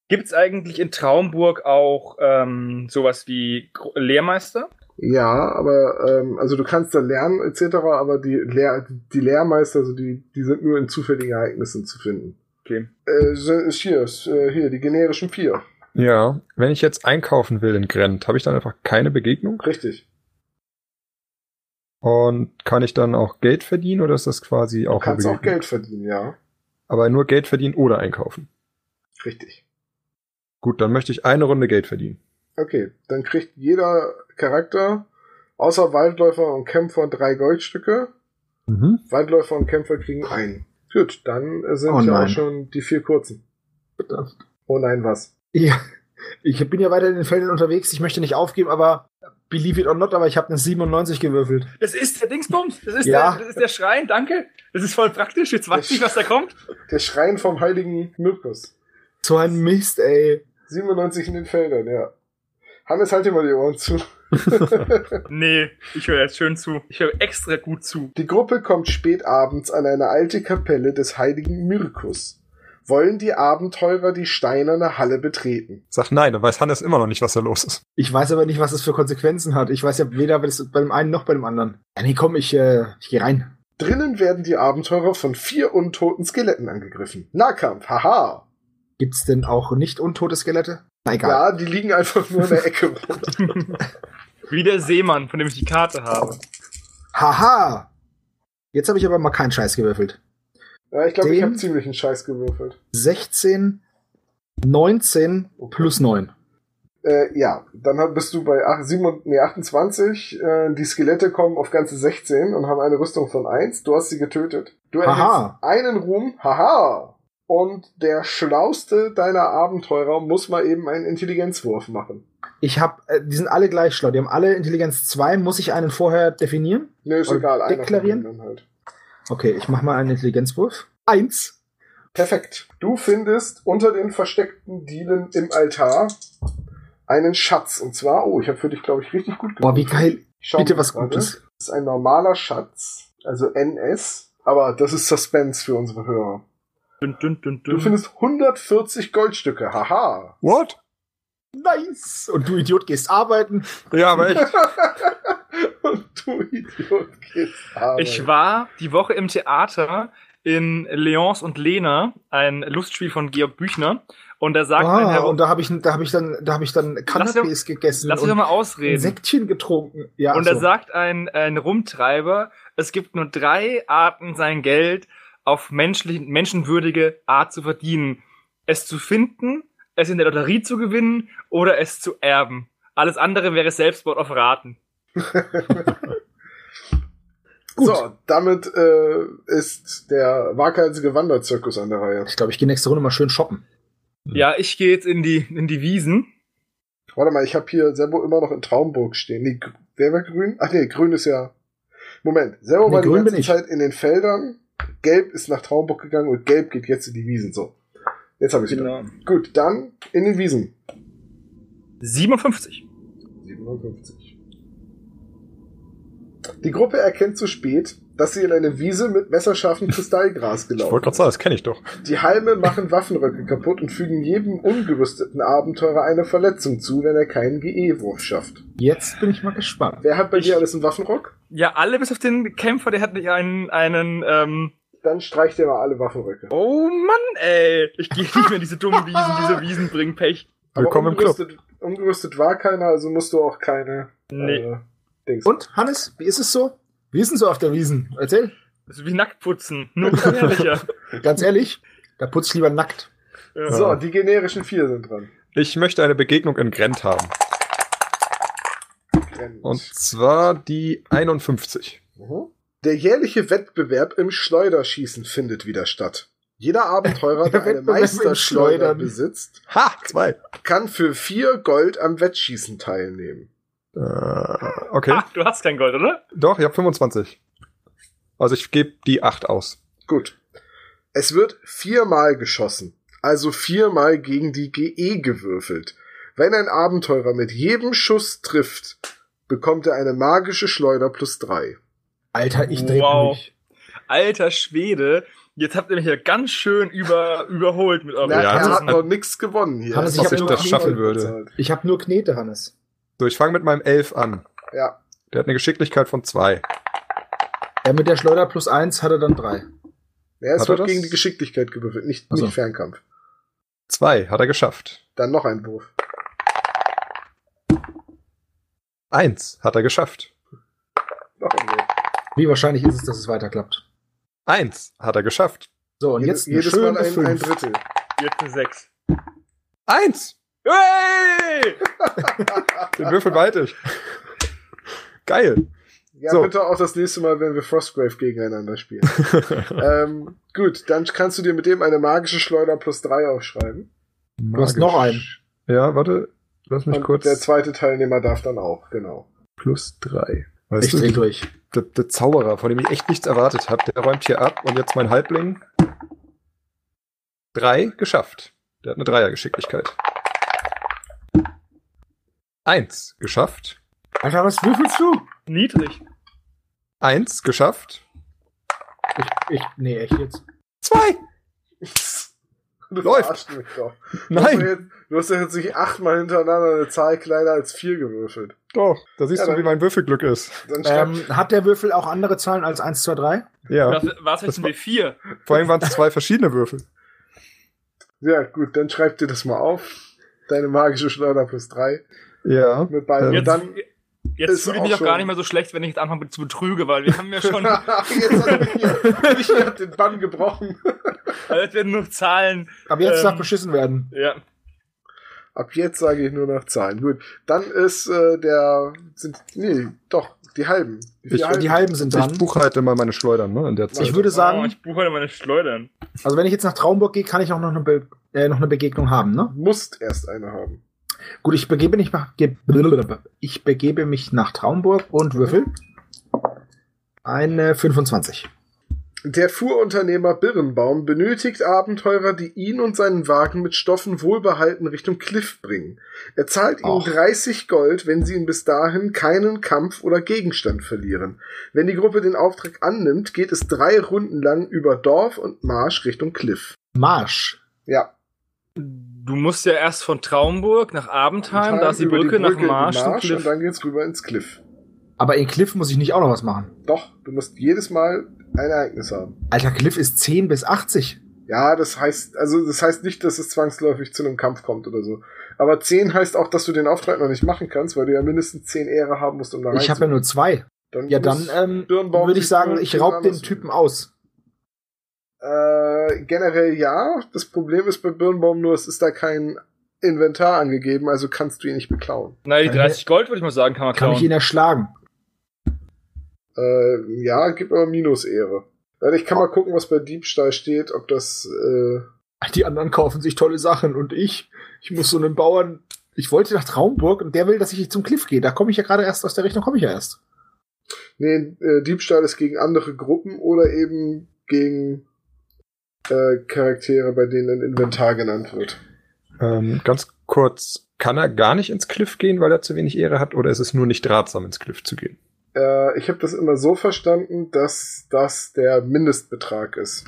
[SPEAKER 2] Gibt's eigentlich in Traumburg auch ähm, sowas wie Gro- Lehrmeister?
[SPEAKER 1] Ja, aber ähm, also du kannst da lernen etc., aber die, Lehr die Lehrmeister, also die, die sind nur in zufälligen Ereignissen zu finden.
[SPEAKER 2] Okay.
[SPEAKER 1] Äh, so- hier, äh, hier, die generischen vier.
[SPEAKER 3] Ja, wenn ich jetzt einkaufen will in Grent, habe ich dann einfach keine Begegnung?
[SPEAKER 1] Richtig.
[SPEAKER 3] Und kann ich dann auch Geld verdienen oder ist das quasi
[SPEAKER 1] Du
[SPEAKER 3] auch
[SPEAKER 1] kannst auch
[SPEAKER 3] Begegnung?
[SPEAKER 1] Geld verdienen, ja.
[SPEAKER 3] Aber nur Geld verdienen oder einkaufen.
[SPEAKER 1] Richtig.
[SPEAKER 3] Gut, dann möchte ich eine Runde Geld verdienen.
[SPEAKER 1] Okay, dann kriegt jeder Charakter außer Waldläufer und Kämpfer drei Goldstücke.
[SPEAKER 3] Mhm.
[SPEAKER 1] Waldläufer und Kämpfer kriegen einen. Gut, dann äh, sind ja
[SPEAKER 4] Oh
[SPEAKER 1] auch
[SPEAKER 4] nein.
[SPEAKER 1] schon die vier kurzen. Oh nein, was?
[SPEAKER 4] Ja, ich bin ja weiter in den Feldern unterwegs. Ich möchte nicht aufgeben, aber believe it or not, aber ich habe eine 97 gewürfelt.
[SPEAKER 2] Das ist der Dingsbums. Das ist,
[SPEAKER 4] Ja.
[SPEAKER 2] der, das ist der Schrein. Danke. Das ist voll praktisch. Jetzt weiß ich, was da kommt.
[SPEAKER 1] Der Schrein vom heiligen Mirkus.
[SPEAKER 4] So ein Mist, ey.
[SPEAKER 1] 97 in den Feldern, ja. Hannes, halt dir mal die Ohren zu.
[SPEAKER 2] Nee, ich höre jetzt schön zu. Ich höre extra gut zu.
[SPEAKER 1] Die Gruppe kommt spät abends an eine alte Kapelle des heiligen Mirkus. Wollen die Abenteurer die steinerne Halle betreten?
[SPEAKER 3] Sag nein, dann weiß Hannes immer noch nicht, was da los ist.
[SPEAKER 4] Ich weiß aber nicht, was das für Konsequenzen hat. Ich weiß ja weder bei das- bei dem einen noch bei dem anderen. Ja, nee, komm, ich, äh, ich gehe rein.
[SPEAKER 1] Drinnen werden die Abenteurer von vier untoten Skeletten angegriffen. Nahkampf, haha.
[SPEAKER 4] Gibt's denn auch nicht untote Skelette? Na egal.
[SPEAKER 1] Ja, die liegen einfach nur in der Ecke rum.
[SPEAKER 2] Wie der Seemann, von dem ich die Karte habe.
[SPEAKER 4] Haha! Jetzt habe ich aber mal keinen Scheiß gewürfelt.
[SPEAKER 1] Ja, ich glaube, ich
[SPEAKER 4] Dem-
[SPEAKER 1] habe ziemlich einen Scheiß gewürfelt.
[SPEAKER 4] 16, 19 plus 9.
[SPEAKER 1] Äh, ja, dann hab- bist du bei ach- siebenund- nee, 28. Äh, die Skelette kommen auf ganze 16 und haben eine Rüstung von 1. Du hast sie getötet. Du erhältst
[SPEAKER 4] Haha.
[SPEAKER 1] einen Ruhm. Haha. Und der schlauste deiner Abenteurer muss mal eben einen Intelligenzwurf machen.
[SPEAKER 4] Ich habe, äh, die sind alle gleich schlau. Die haben alle Intelligenz 2. Muss ich einen vorher definieren?
[SPEAKER 1] Nö, ist
[SPEAKER 4] Und
[SPEAKER 1] egal. einer von
[SPEAKER 4] deklarieren?
[SPEAKER 1] denen dann halt.
[SPEAKER 4] Okay, ich mache mal einen Intelligenzwurf. Eins.
[SPEAKER 1] Perfekt. Du findest unter den versteckten Dielen im Altar einen Schatz. Und zwar, oh, ich habe für dich, glaube ich, richtig gut
[SPEAKER 4] Boah, wie
[SPEAKER 1] gewürfelt.
[SPEAKER 4] geil.
[SPEAKER 1] Ich schau
[SPEAKER 4] Bitte
[SPEAKER 1] mal
[SPEAKER 4] was
[SPEAKER 1] gerade.
[SPEAKER 4] Gutes.
[SPEAKER 1] Das ist ein normaler Schatz, also NS, aber das ist Suspense für unsere Hörer.
[SPEAKER 2] Dün, dün, dün,
[SPEAKER 1] Du
[SPEAKER 4] Mhm.
[SPEAKER 2] dün.
[SPEAKER 1] findest 140 Goldstücke, haha.
[SPEAKER 3] What?
[SPEAKER 4] Nice. Und du Idiot gehst arbeiten.
[SPEAKER 3] Ja, aber echt.
[SPEAKER 1] Und du Idiot gehst arbeiten.
[SPEAKER 2] ich war die Woche im Theater in Leons und Lena, ein Lustspiel von Georg Büchner. Und da sagt ein
[SPEAKER 4] Ah,
[SPEAKER 2] Herr,
[SPEAKER 4] und da habe ich, da habe ich dann, da habe ich dann Cannabis gegessen
[SPEAKER 2] lass mich doch
[SPEAKER 4] und
[SPEAKER 2] mal ausreden.
[SPEAKER 4] Sektchen getrunken. Ja,
[SPEAKER 2] und da
[SPEAKER 4] so.
[SPEAKER 2] sagt ein, ein Rumtreiber, es gibt nur drei Arten, sein Geld auf menschlich, menschenwürdige Art zu verdienen. Es zu finden, es in der Lotterie zu gewinnen oder es zu erben. Alles andere wäre Selbstmord auf Raten.
[SPEAKER 4] Gut.
[SPEAKER 1] So, damit äh, ist der waghalsige Wanderzirkus an der Reihe.
[SPEAKER 4] ich glaube, ich gehe nächste Runde mal schön shoppen.
[SPEAKER 2] Ja, ich gehe jetzt in die, in die Wiesen.
[SPEAKER 1] Warte mal, ich habe hier Sebo immer noch in Traumburg stehen. Nee, gr- wer war grün? Ach nee, grün ist ja. Moment, Sebo
[SPEAKER 4] Nee,
[SPEAKER 1] war die
[SPEAKER 4] grün bin
[SPEAKER 1] ganze
[SPEAKER 4] ich.
[SPEAKER 1] Zeit in den Feldern. Gelb ist nach Traumburg gegangen und gelb geht jetzt in die Wiesen. So. Jetzt habe ich
[SPEAKER 4] Genau.
[SPEAKER 1] wieder. Gut, dann in den Wiesen.
[SPEAKER 2] 57.
[SPEAKER 1] 57. Die Gruppe erkennt zu spät, dass sie in eine Wiese mit messerscharfem Kristallgras
[SPEAKER 3] Ich
[SPEAKER 1] gelaufen
[SPEAKER 3] wollte gerade sagen, das kenne ich doch.
[SPEAKER 1] Die Halme machen Waffenröcke kaputt und fügen jedem ungerüsteten Abenteurer eine Verletzung zu, wenn er keinen GE-Wurf schafft.
[SPEAKER 4] Jetzt bin ich mal gespannt.
[SPEAKER 1] Wer hat bei
[SPEAKER 2] Ich-
[SPEAKER 1] dir alles einen Waffenrock?
[SPEAKER 2] Ja, alle bis auf den Kämpfer, der hat nicht einen, einen ähm,
[SPEAKER 1] Dann streicht ihr mal alle Waffenröcke.
[SPEAKER 2] Oh Mann, ey. Ich gehe nicht mehr in diese dummen Wiesen. Diese Wiesen bringen Pech.
[SPEAKER 3] Willkommen im Club.
[SPEAKER 1] umgerüstet, umgerüstet war keiner, also musst du auch keine
[SPEAKER 2] Nee.
[SPEAKER 1] äh, Dings.
[SPEAKER 4] Und, Hannes, wie ist es so? Wie ist denn so auf der Wiesen? Erzähl.
[SPEAKER 2] Das ist wie Nacktputzen. Nur gefährlicher.
[SPEAKER 4] Ganz ehrlich, da putz ich lieber nackt.
[SPEAKER 2] Ja.
[SPEAKER 1] So, die generischen vier sind dran.
[SPEAKER 3] Ich möchte eine Begegnung in Grent haben.
[SPEAKER 1] Rennen.
[SPEAKER 3] Und zwar die 51.
[SPEAKER 1] Mhm. Der jährliche Wettbewerb im Schleuderschießen findet wieder statt. Jeder Abenteurer, der
[SPEAKER 4] Der
[SPEAKER 1] eine
[SPEAKER 4] Wettbewerb im
[SPEAKER 1] Meisterschleuder
[SPEAKER 4] Schleudern.
[SPEAKER 1] besitzt,
[SPEAKER 3] Ha! Zwei.
[SPEAKER 1] kann für vier Gold am Wettschießen teilnehmen.
[SPEAKER 3] Äh, okay.
[SPEAKER 2] Ah, du hast kein Gold, oder?
[SPEAKER 3] Doch, ich habe 25. Also ich gebe die 8 aus.
[SPEAKER 1] Gut. Es wird viermal geschossen, also viermal gegen die GE gewürfelt. Wenn ein Abenteurer mit jedem Schuss trifft, bekommt er eine magische Schleuder plus drei.
[SPEAKER 4] Alter, ich dreh
[SPEAKER 2] Wow.
[SPEAKER 4] durch.
[SPEAKER 2] Alter Schwede. Jetzt habt ihr mich ja ganz schön über, überholt mit eurem
[SPEAKER 1] Na,
[SPEAKER 3] ja,
[SPEAKER 1] er
[SPEAKER 3] das
[SPEAKER 1] hat
[SPEAKER 3] ist-
[SPEAKER 1] noch nichts gewonnen hier.
[SPEAKER 4] Hannes, Also ich
[SPEAKER 3] Ob
[SPEAKER 4] hab
[SPEAKER 3] ich
[SPEAKER 4] nur
[SPEAKER 3] das
[SPEAKER 4] Knete.
[SPEAKER 3] schaffen würde.
[SPEAKER 1] Bezahlt.
[SPEAKER 4] Ich habe nur Knete, Hannes.
[SPEAKER 3] So, ich fange mit meinem 11 an.
[SPEAKER 1] Ja,
[SPEAKER 3] Der hat eine Geschicklichkeit von 2.
[SPEAKER 4] Ja, mit der Schleuder plus eins hat er dann drei.
[SPEAKER 1] ja es
[SPEAKER 3] Hat er
[SPEAKER 1] wird
[SPEAKER 3] das?
[SPEAKER 1] gegen die Geschicklichkeit gewürfelt, nicht,
[SPEAKER 4] Also.
[SPEAKER 1] nicht Fernkampf.
[SPEAKER 3] 2 hat er geschafft.
[SPEAKER 1] Dann noch ein Wurf.
[SPEAKER 3] 1 hat er geschafft.
[SPEAKER 1] Noch ein
[SPEAKER 4] Äh,
[SPEAKER 1] Wurf.
[SPEAKER 4] Wie wahrscheinlich ist es, dass es weiterklappt?
[SPEAKER 3] 1 hat er geschafft.
[SPEAKER 4] So, und
[SPEAKER 1] Jede-
[SPEAKER 4] jetzt eine
[SPEAKER 1] jedes Mal
[SPEAKER 4] schöne
[SPEAKER 1] ein, ein
[SPEAKER 4] fünf.
[SPEAKER 1] Drittel.
[SPEAKER 2] Jetzt eine 6.
[SPEAKER 3] 1!
[SPEAKER 2] Hey!
[SPEAKER 3] Den Würfel behalte ich. Geil.
[SPEAKER 1] Ja,
[SPEAKER 3] So.
[SPEAKER 1] bitte auch das nächste Mal, wenn wir Frostgrave gegeneinander spielen. ähm, gut, dann kannst du dir mit dem eine magische Schleuder plus drei aufschreiben.
[SPEAKER 4] Du hast noch einen.
[SPEAKER 3] Ja, warte. Lass mich
[SPEAKER 1] Und
[SPEAKER 3] kurz.
[SPEAKER 1] der zweite Teilnehmer darf dann auch, genau.
[SPEAKER 3] plus 3.
[SPEAKER 4] Ich
[SPEAKER 3] Weißt
[SPEAKER 4] dreh
[SPEAKER 3] du,
[SPEAKER 4] durch.
[SPEAKER 3] der, der Zauberer, von dem ich echt nichts erwartet habe, der räumt hier ab und jetzt mein Halbling. 3 geschafft. Der hat eine Dreiergeschicklichkeit. 1 geschafft.
[SPEAKER 4] Alter, was würfelst du?
[SPEAKER 2] Niedrig.
[SPEAKER 3] Eins geschafft.
[SPEAKER 4] Ich, ich, nee, echt jetzt.
[SPEAKER 3] Zwei.
[SPEAKER 1] Du
[SPEAKER 3] Läuft.
[SPEAKER 1] verarschst mich doch. Du hast, doch
[SPEAKER 3] Nein.
[SPEAKER 1] jetzt, du hast doch jetzt nicht achtmal hintereinander eine Zahl kleiner als vier gewürfelt.
[SPEAKER 3] Doch, da siehst
[SPEAKER 1] Ja,
[SPEAKER 3] du, wie
[SPEAKER 1] dann-
[SPEAKER 3] mein Würfelglück ist.
[SPEAKER 1] Dann schreib,
[SPEAKER 4] Ähm, hat der Würfel auch andere Zahlen als eins, zwei, drei?
[SPEAKER 3] Ja,
[SPEAKER 2] War es jetzt ein B4?
[SPEAKER 3] vor allem waren es zwei verschiedene Würfel.
[SPEAKER 1] ja, gut, dann schreib dir das mal auf. Deine magische Schleuder plus drei
[SPEAKER 3] Ja.
[SPEAKER 1] mit beiden.
[SPEAKER 3] Ähm,
[SPEAKER 1] Und
[SPEAKER 2] Jetzt,
[SPEAKER 1] dann
[SPEAKER 2] jetzt
[SPEAKER 1] ist
[SPEAKER 2] fühle ich
[SPEAKER 1] auch
[SPEAKER 2] mich auch gar
[SPEAKER 1] schon-
[SPEAKER 2] nicht mehr so schlecht, wenn ich jetzt anfange zu betrüge, weil wir haben ja schon, also
[SPEAKER 1] Jetzt hat mich hier, mich hier hat den Bann gebrochen.
[SPEAKER 2] es werden nur Zahlen.
[SPEAKER 4] Aber jetzt
[SPEAKER 2] Ähm,
[SPEAKER 4] darf beschissen werden.
[SPEAKER 2] Ja.
[SPEAKER 1] Ab jetzt sage ich nur noch Zahlen. Gut, dann ist äh, der sind nee doch die halben. Die
[SPEAKER 3] Ich-
[SPEAKER 1] vier
[SPEAKER 4] Die halben sind dran.
[SPEAKER 3] Also Ich buchhalte mal meine Schleudern, ne, in der Zeit.
[SPEAKER 4] Ich würde
[SPEAKER 2] Oh,
[SPEAKER 4] sagen,
[SPEAKER 2] ich buche heute meine Schleudern.
[SPEAKER 4] also wenn ich jetzt nach Traumburg gehe, kann ich auch noch eine, Be äh, noch eine Begegnung haben, ne?
[SPEAKER 1] musst erst eine haben.
[SPEAKER 4] Gut, ich begebe, nicht nach, ge- ich begebe mich nach Traumburg und würfel. Eine 25.
[SPEAKER 1] Der Fuhrunternehmer Birrenbaum benötigt Abenteurer, die ihn und seinen Wagen mit Stoffen wohlbehalten Richtung Cliff bringen. Er zahlt ihnen
[SPEAKER 4] Och.
[SPEAKER 1] 30 Gold, wenn sie ihn bis dahin keinen Kampf oder Gegenstand verlieren. Wenn die Gruppe den Auftrag annimmt, geht es drei Runden lang über Dorf und Marsch Richtung Cliff.
[SPEAKER 4] Marsch.
[SPEAKER 1] Ja,
[SPEAKER 2] Du musst ja erst von Traumburg nach Abendheim, da ist die
[SPEAKER 1] über
[SPEAKER 2] Brücke, nach
[SPEAKER 1] in den
[SPEAKER 2] Marsch, zum
[SPEAKER 1] und
[SPEAKER 2] Cliff.
[SPEAKER 1] dann geht's rüber ins Cliff.
[SPEAKER 4] Aber in Cliff muss ich nicht auch noch was machen.
[SPEAKER 1] Doch, du musst jedes Mal ein Ereignis haben.
[SPEAKER 4] Alter, Cliff ist 10 bis 80.
[SPEAKER 1] Ja, das heißt, also das heißt nicht, dass es zwangsläufig zu einem Kampf kommt oder so. Aber 10 heißt auch, dass du den Auftrag noch nicht machen kannst, weil du ja mindestens 10 Ehre haben musst, um da
[SPEAKER 4] Ich habe ja nur zwei.
[SPEAKER 1] dann
[SPEAKER 4] Ja, dann
[SPEAKER 1] muss-
[SPEAKER 4] ähm,
[SPEAKER 1] Birnbaum
[SPEAKER 4] würde ich
[SPEAKER 1] sich
[SPEAKER 4] sagen,
[SPEAKER 1] nur
[SPEAKER 4] ich
[SPEAKER 1] den
[SPEAKER 4] raub den
[SPEAKER 1] Namen
[SPEAKER 4] Typen aus.
[SPEAKER 1] Äh, generell ja. Das Problem ist bei Birnbaum nur, es ist da kein Inventar angegeben, also kannst du ihn nicht beklauen.
[SPEAKER 2] Na, die
[SPEAKER 4] Kann
[SPEAKER 2] 30 Gold würde ich mal sagen, kann man
[SPEAKER 4] Kann ich ihn
[SPEAKER 2] klauen.
[SPEAKER 4] erschlagen?
[SPEAKER 1] Äh, ja, gib aber Minus-Ehre. Warte, Ich
[SPEAKER 4] Oh.
[SPEAKER 1] kann mal gucken, was bei Diebstahl steht, ob das äh,
[SPEAKER 4] Die anderen kaufen sich tolle Sachen und ich, ich muss so einen Bauern. Ich wollte nach Traumburg und der will, dass ich zum Cliff gehe. Da komme ich ja gerade erst aus der Richtung, komme ich ja erst.
[SPEAKER 1] Nee, äh, Diebstahl ist gegen andere Gruppen oder eben gegen äh, Charaktere, bei denen ein Inventar genannt wird.
[SPEAKER 3] Ähm, ganz kurz, kann er gar nicht ins Cliff gehen, weil er zu wenig Ehre hat, oder ist es nur nicht ratsam, ins Cliff zu gehen?
[SPEAKER 1] Äh, ich habe das immer so verstanden, dass das der Mindestbetrag ist.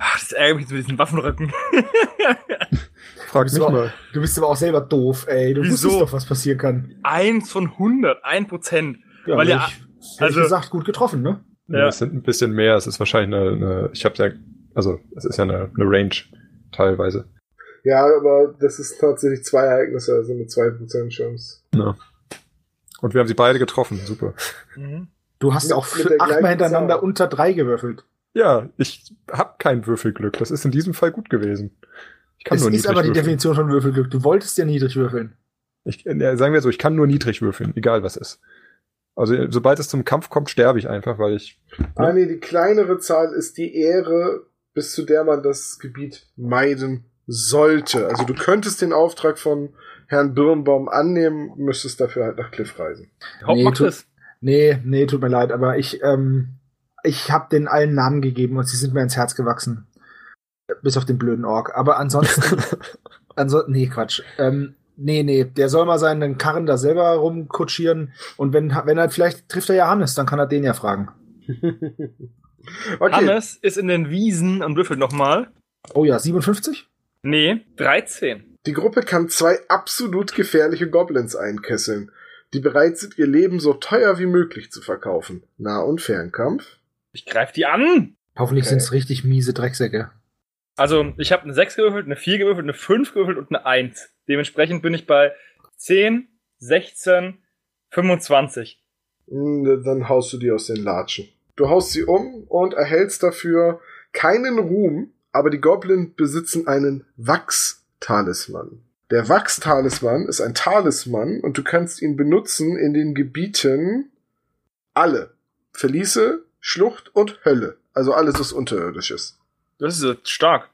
[SPEAKER 2] Ach, das ärgert mich jetzt mit diesen Waffenrücken.
[SPEAKER 3] Frag mich
[SPEAKER 4] Wieso?
[SPEAKER 3] mal.
[SPEAKER 4] Du bist aber auch selber doof, ey. Du
[SPEAKER 2] Wieso?
[SPEAKER 4] wusstest doch, was passieren kann.
[SPEAKER 2] Eins von 100, ein Prozent.
[SPEAKER 4] Ja,
[SPEAKER 2] Weil
[SPEAKER 4] hätte
[SPEAKER 2] ja,
[SPEAKER 4] ich, hätte ich
[SPEAKER 2] also-
[SPEAKER 4] gesagt, gut getroffen, ne?
[SPEAKER 3] Nee,
[SPEAKER 2] Ja.
[SPEAKER 3] Es sind ein bisschen mehr. Es ist wahrscheinlich eine, eine ich habe ja, also es ist ja eine, eine Range teilweise.
[SPEAKER 1] Ja, aber das ist tatsächlich zwei Ereignisse, also mit 2% Chance.
[SPEAKER 3] Und wir haben sie beide getroffen. Super.
[SPEAKER 2] Mhm.
[SPEAKER 4] Du hast
[SPEAKER 1] Mit-
[SPEAKER 4] auch
[SPEAKER 1] mit der gleichen
[SPEAKER 4] achtmal hintereinander
[SPEAKER 1] Zahl.
[SPEAKER 4] unter drei gewürfelt.
[SPEAKER 3] Ja, ich habe kein Würfelglück. Das ist in diesem Fall gut gewesen. Ich kann
[SPEAKER 4] Das
[SPEAKER 3] nur
[SPEAKER 4] ist
[SPEAKER 3] niedrig
[SPEAKER 4] aber die
[SPEAKER 3] würfeln.
[SPEAKER 4] Definition von Würfelglück. Du wolltest ja niedrig würfeln.
[SPEAKER 3] Ich, ja, sagen wir so, ich kann nur niedrig würfeln, egal was ist. Also sobald es zum Kampf kommt, sterbe ich einfach, weil ich
[SPEAKER 1] Ah, nee, die kleinere Zahl ist die Ehre, bis zu der man das Gebiet meiden sollte. Also du könntest den Auftrag von Herrn Birnbaum annehmen, müsstest dafür halt nach Cliff reisen.
[SPEAKER 2] Haupt
[SPEAKER 4] Nee,
[SPEAKER 2] macht
[SPEAKER 4] tut-
[SPEAKER 2] es.
[SPEAKER 4] Nee, nee, tut mir leid, aber ich, ähm, ich habe denen allen Namen gegeben und sie sind mir ins Herz gewachsen. Bis auf den blöden Ork. Aber ansonsten. ansonsten nee, Quatsch. Ähm, nee, nee, der soll mal seinen Karren da selber rumkutschieren. Und wenn, wenn er, vielleicht trifft er ja Hannes, dann kann er den ja fragen.
[SPEAKER 1] Okay,
[SPEAKER 2] Hannes ist in den Wiesen und würfelt nochmal.
[SPEAKER 4] Oh ja, 57?
[SPEAKER 2] Nee, 13.
[SPEAKER 1] die Gruppe kann zwei absolut gefährliche Goblins einkesseln, die bereit sind, ihr Leben so teuer wie möglich zu verkaufen. Nah- und Fernkampf.
[SPEAKER 2] Ich greife die an.
[SPEAKER 4] Hoffentlich
[SPEAKER 1] Okay.
[SPEAKER 4] sind's richtig miese Drecksäcke.
[SPEAKER 2] Also, ich habe eine 6 gewürfelt, eine 4 gewürfelt, eine 5 gewürfelt und eine 1. Dementsprechend bin ich bei 10, 16, 25.
[SPEAKER 1] Hm, Dann haust du die aus den Latschen. Du haust sie um und erhältst dafür keinen Ruhm, aber die Goblin besitzen einen Wachstalisman. Der Wachstalisman ist ein Talisman und du kannst ihn benutzen in den Gebieten alle. Verliese, Schlucht und Hölle. Also alles, was unterirdisch ist.
[SPEAKER 2] Das ist äh, stark.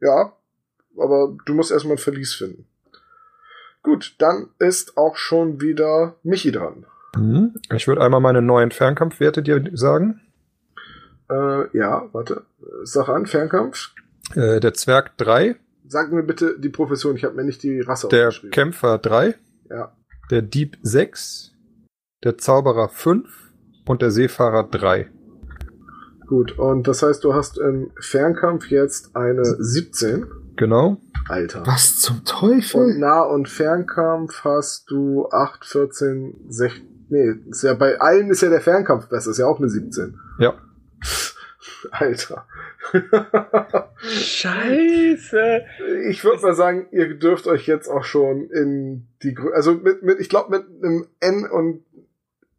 [SPEAKER 1] Ja, aber du musst erstmal ein Verlies finden. Gut, dann ist auch schon wieder Michi dran.
[SPEAKER 4] Mhm.
[SPEAKER 3] Hm, Ich würde einmal meine neuen Fernkampfwerte dir sagen.
[SPEAKER 1] Äh, ja, warte. Sag an, Fernkampf.
[SPEAKER 3] Äh, der Zwerg 3,
[SPEAKER 1] Sag mir bitte die Profession, ich habe mir nicht die Rasse
[SPEAKER 3] der
[SPEAKER 1] aufgeschrieben.
[SPEAKER 3] Kämpfer 3,
[SPEAKER 1] Ja.
[SPEAKER 3] der Dieb 6, der Zauberer 5 und der Seefahrer 3.
[SPEAKER 1] Gut, und das heißt, du hast im Fernkampf jetzt eine 17.
[SPEAKER 3] Genau.
[SPEAKER 1] Alter.
[SPEAKER 4] Was zum
[SPEAKER 1] Und
[SPEAKER 4] Teufel?
[SPEAKER 1] Nah- und Fernkampf hast du 8, 14, 16. Nee, ist ja bei allen ist ja der Fernkampf besser, ist ja auch eine 17.
[SPEAKER 3] Ja.
[SPEAKER 1] Alter.
[SPEAKER 2] Scheiße.
[SPEAKER 1] Ich würde mal sagen, ihr dürft euch jetzt auch schon in die Grö also mit, mit ich glaube mit einem N und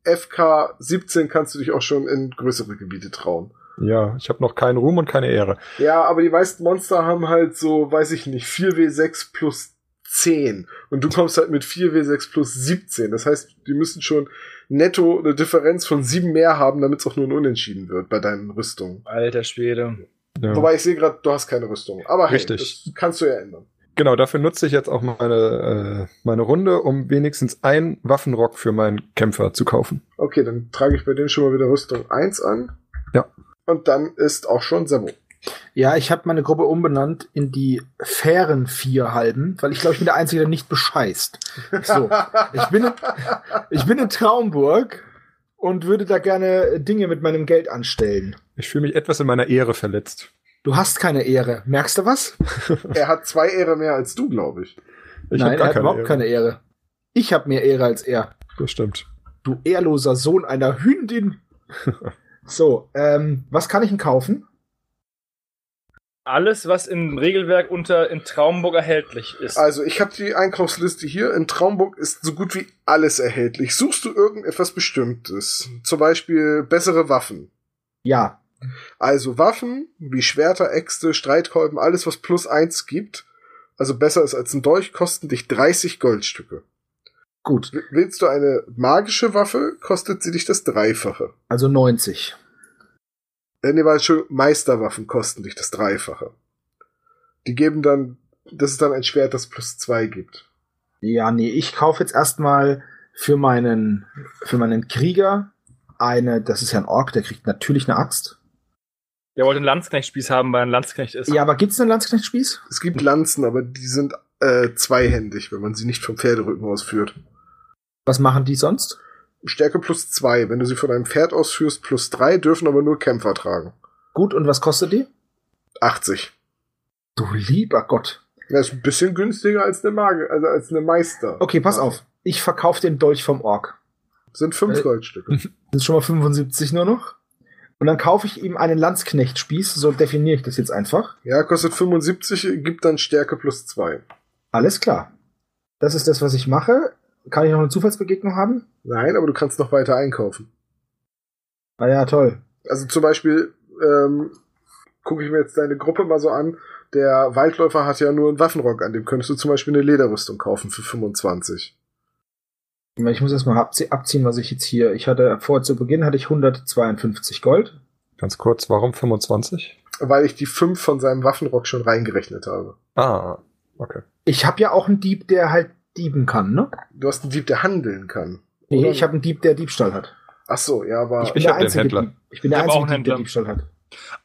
[SPEAKER 1] FK 17 kannst du dich auch schon in größere Gebiete trauen.
[SPEAKER 3] Ja, ich habe noch keinen Ruhm und keine Ehre.
[SPEAKER 1] Ja, aber die meisten Monster haben halt so, weiß ich nicht, 4W6 plus 10 und du kommst halt mit 4W6 plus 17. Das heißt, die müssen schon netto eine Differenz von 7 mehr haben, damit es auch nur ein Unentschieden wird bei deinen Rüstungen.
[SPEAKER 2] Alter Schwede.
[SPEAKER 3] Ja.
[SPEAKER 1] Wobei ich sehe gerade, du hast keine Rüstung. Aber hey,
[SPEAKER 3] Richtig.
[SPEAKER 1] das kannst du ja ändern.
[SPEAKER 3] Genau, dafür nutze ich jetzt auch meine, äh, meine Runde, um wenigstens einen Waffenrock für meinen Kämpfer zu kaufen.
[SPEAKER 1] Okay, dann trage ich bei dem schon mal wieder Rüstung 1 an.
[SPEAKER 3] Ja.
[SPEAKER 1] Und dann ist auch schon Sebo.
[SPEAKER 4] Ja, ich habe meine Gruppe umbenannt in die fairen vier halben, weil ich glaube, ich bin der Einzige, der nicht bescheißt. So. Ich bin, in, ich bin in Traumburg und würde da gerne Dinge mit meinem Geld anstellen.
[SPEAKER 3] Ich fühle mich etwas in meiner Ehre verletzt.
[SPEAKER 4] Du hast keine Ehre. Merkst du was?
[SPEAKER 1] er hat zwei Ehre mehr als du, glaube ich.
[SPEAKER 3] Ich hab
[SPEAKER 4] Nein, er hat überhaupt keine Ehre. Ich habe mehr Ehre als er.
[SPEAKER 3] Das stimmt.
[SPEAKER 4] Du ehrloser Sohn einer Hündin. So, ähm, was kann ich denn kaufen?
[SPEAKER 2] Alles, was im Regelwerk unter in Traumburg erhältlich ist.
[SPEAKER 1] Also, ich habe die Einkaufsliste hier. In Traumburg ist so gut wie alles erhältlich. Suchst du irgendetwas Bestimmtes? Zum Beispiel bessere Waffen.
[SPEAKER 4] Ja,
[SPEAKER 1] Also Waffen wie Schwerter, Äxte, Streitkolben, alles was plus eins gibt, also besser ist als ein Dolch, kosten dich 30 Goldstücke.
[SPEAKER 4] gut.
[SPEAKER 1] W- Willst du eine magische Waffe, kostet sie dich das Dreifache.
[SPEAKER 4] Also 90.
[SPEAKER 1] Äh, nee, warte, Entschuldigung, Meisterwaffen kosten dich das Dreifache. Die geben dann, das ist dann ein Schwert, das plus zwei gibt.
[SPEAKER 4] Ja, nee, ich kaufe jetzt erstmal für meinen, für meinen Krieger eine, das ist ja ein Ork, der kriegt natürlich eine Axt.
[SPEAKER 2] Der wollte einen Landsknechtspieß haben, weil er ein Landsknecht ist.
[SPEAKER 4] Ja, aber gibt's einen Landsknechtspieß?
[SPEAKER 1] Es gibt Lanzen, aber die sind äh, zweihändig, wenn man sie nicht vom Pferderücken ausführt.
[SPEAKER 4] Was machen die sonst?
[SPEAKER 1] Stärke plus zwei, wenn du sie von einem Pferd ausführst, plus drei, dürfen aber nur Kämpfer tragen.
[SPEAKER 4] Gut, und was kostet die?
[SPEAKER 1] 80.
[SPEAKER 4] Du lieber Gott.
[SPEAKER 1] Das ist ein bisschen günstiger als eine Mage, also als eine Meister.
[SPEAKER 4] Okay, pass auf. Ich verkaufe den Dolch vom Ork.
[SPEAKER 1] Sind fünf
[SPEAKER 4] Äh.
[SPEAKER 1] Goldstücke.
[SPEAKER 4] Das ist schon mal 75 nur noch. Und dann kaufe ich ihm einen Landsknechtspieß, so definiere ich das jetzt einfach.
[SPEAKER 1] Ja, kostet 75, gibt dann Stärke plus 2.
[SPEAKER 4] Alles klar. Das ist das, was ich mache. Kann ich noch eine Zufallsbegegnung haben?
[SPEAKER 1] Nein, aber du kannst noch weiter einkaufen.
[SPEAKER 4] Ah ja, toll.
[SPEAKER 1] Also zum Beispiel ähm, gucke ich mir jetzt deine Gruppe mal so an. Der Waldläufer hat ja nur einen Waffenrock an, dem könntest du zum Beispiel eine Lederrüstung kaufen für 25.
[SPEAKER 4] Ich muss erstmal abzie abziehen, was ich jetzt hier. Ich hatte vor zu Beginn hatte ich 152 Gold.
[SPEAKER 3] Ganz kurz, warum 25?
[SPEAKER 1] Weil ich die 5 von seinem Waffenrock schon reingerechnet habe.
[SPEAKER 3] Ah, okay.
[SPEAKER 4] Ich habe ja auch einen Dieb, der halt dieben kann, ne?
[SPEAKER 1] Du hast einen Dieb, der handeln kann.
[SPEAKER 4] Nee,
[SPEAKER 1] Oder?
[SPEAKER 4] ich habe einen Dieb, der Diebstahl hat.
[SPEAKER 1] Ach so, ja, aber
[SPEAKER 2] Ah,
[SPEAKER 3] Ich bin- hab den Händler.
[SPEAKER 4] Dieb. Ich bin der
[SPEAKER 2] Ich hab auch
[SPEAKER 4] einzige
[SPEAKER 2] einen
[SPEAKER 4] Dieb,
[SPEAKER 2] Händler.
[SPEAKER 4] der Diebstahl hat.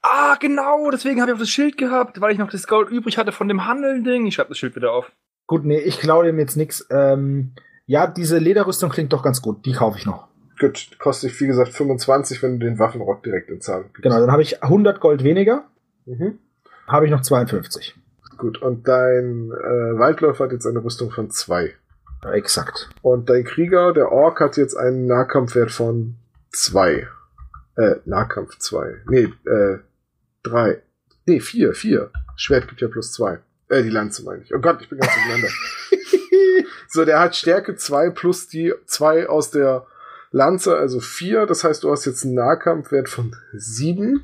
[SPEAKER 2] Ah, genau, deswegen habe ich auch das Schild gehabt, weil ich noch das Gold übrig hatte von dem Handelding. Ich schreibe das Schild wieder auf.
[SPEAKER 4] Gut, nee, ich klaue dem jetzt nix. Ähm, ja, diese Lederrüstung klingt doch ganz gut. Die kaufe ich noch.
[SPEAKER 1] gut, kostet wie gesagt 25, wenn du den Waffenrock direkt in Zahlung gibst.
[SPEAKER 4] Genau, dann habe ich 100 Gold weniger,
[SPEAKER 1] Mhm.
[SPEAKER 4] habe ich noch 52.
[SPEAKER 1] Gut, und dein äh, Waldläufer hat jetzt eine Rüstung von 2.
[SPEAKER 4] Ja, exakt.
[SPEAKER 1] Und dein Krieger, der Ork, hat jetzt einen Nahkampfwert von 2. Äh, Nahkampf 2. Nee, äh, 3. Nee, 4, 4. Schwert gibt ja plus 2. Äh, die Lanze meine ich. Oh Gott, ich bin ganz durcheinander. so, der hat Stärke 2 plus die 2 aus der Lanze, also 4. Das heißt, du hast jetzt einen Nahkampfwert von 7.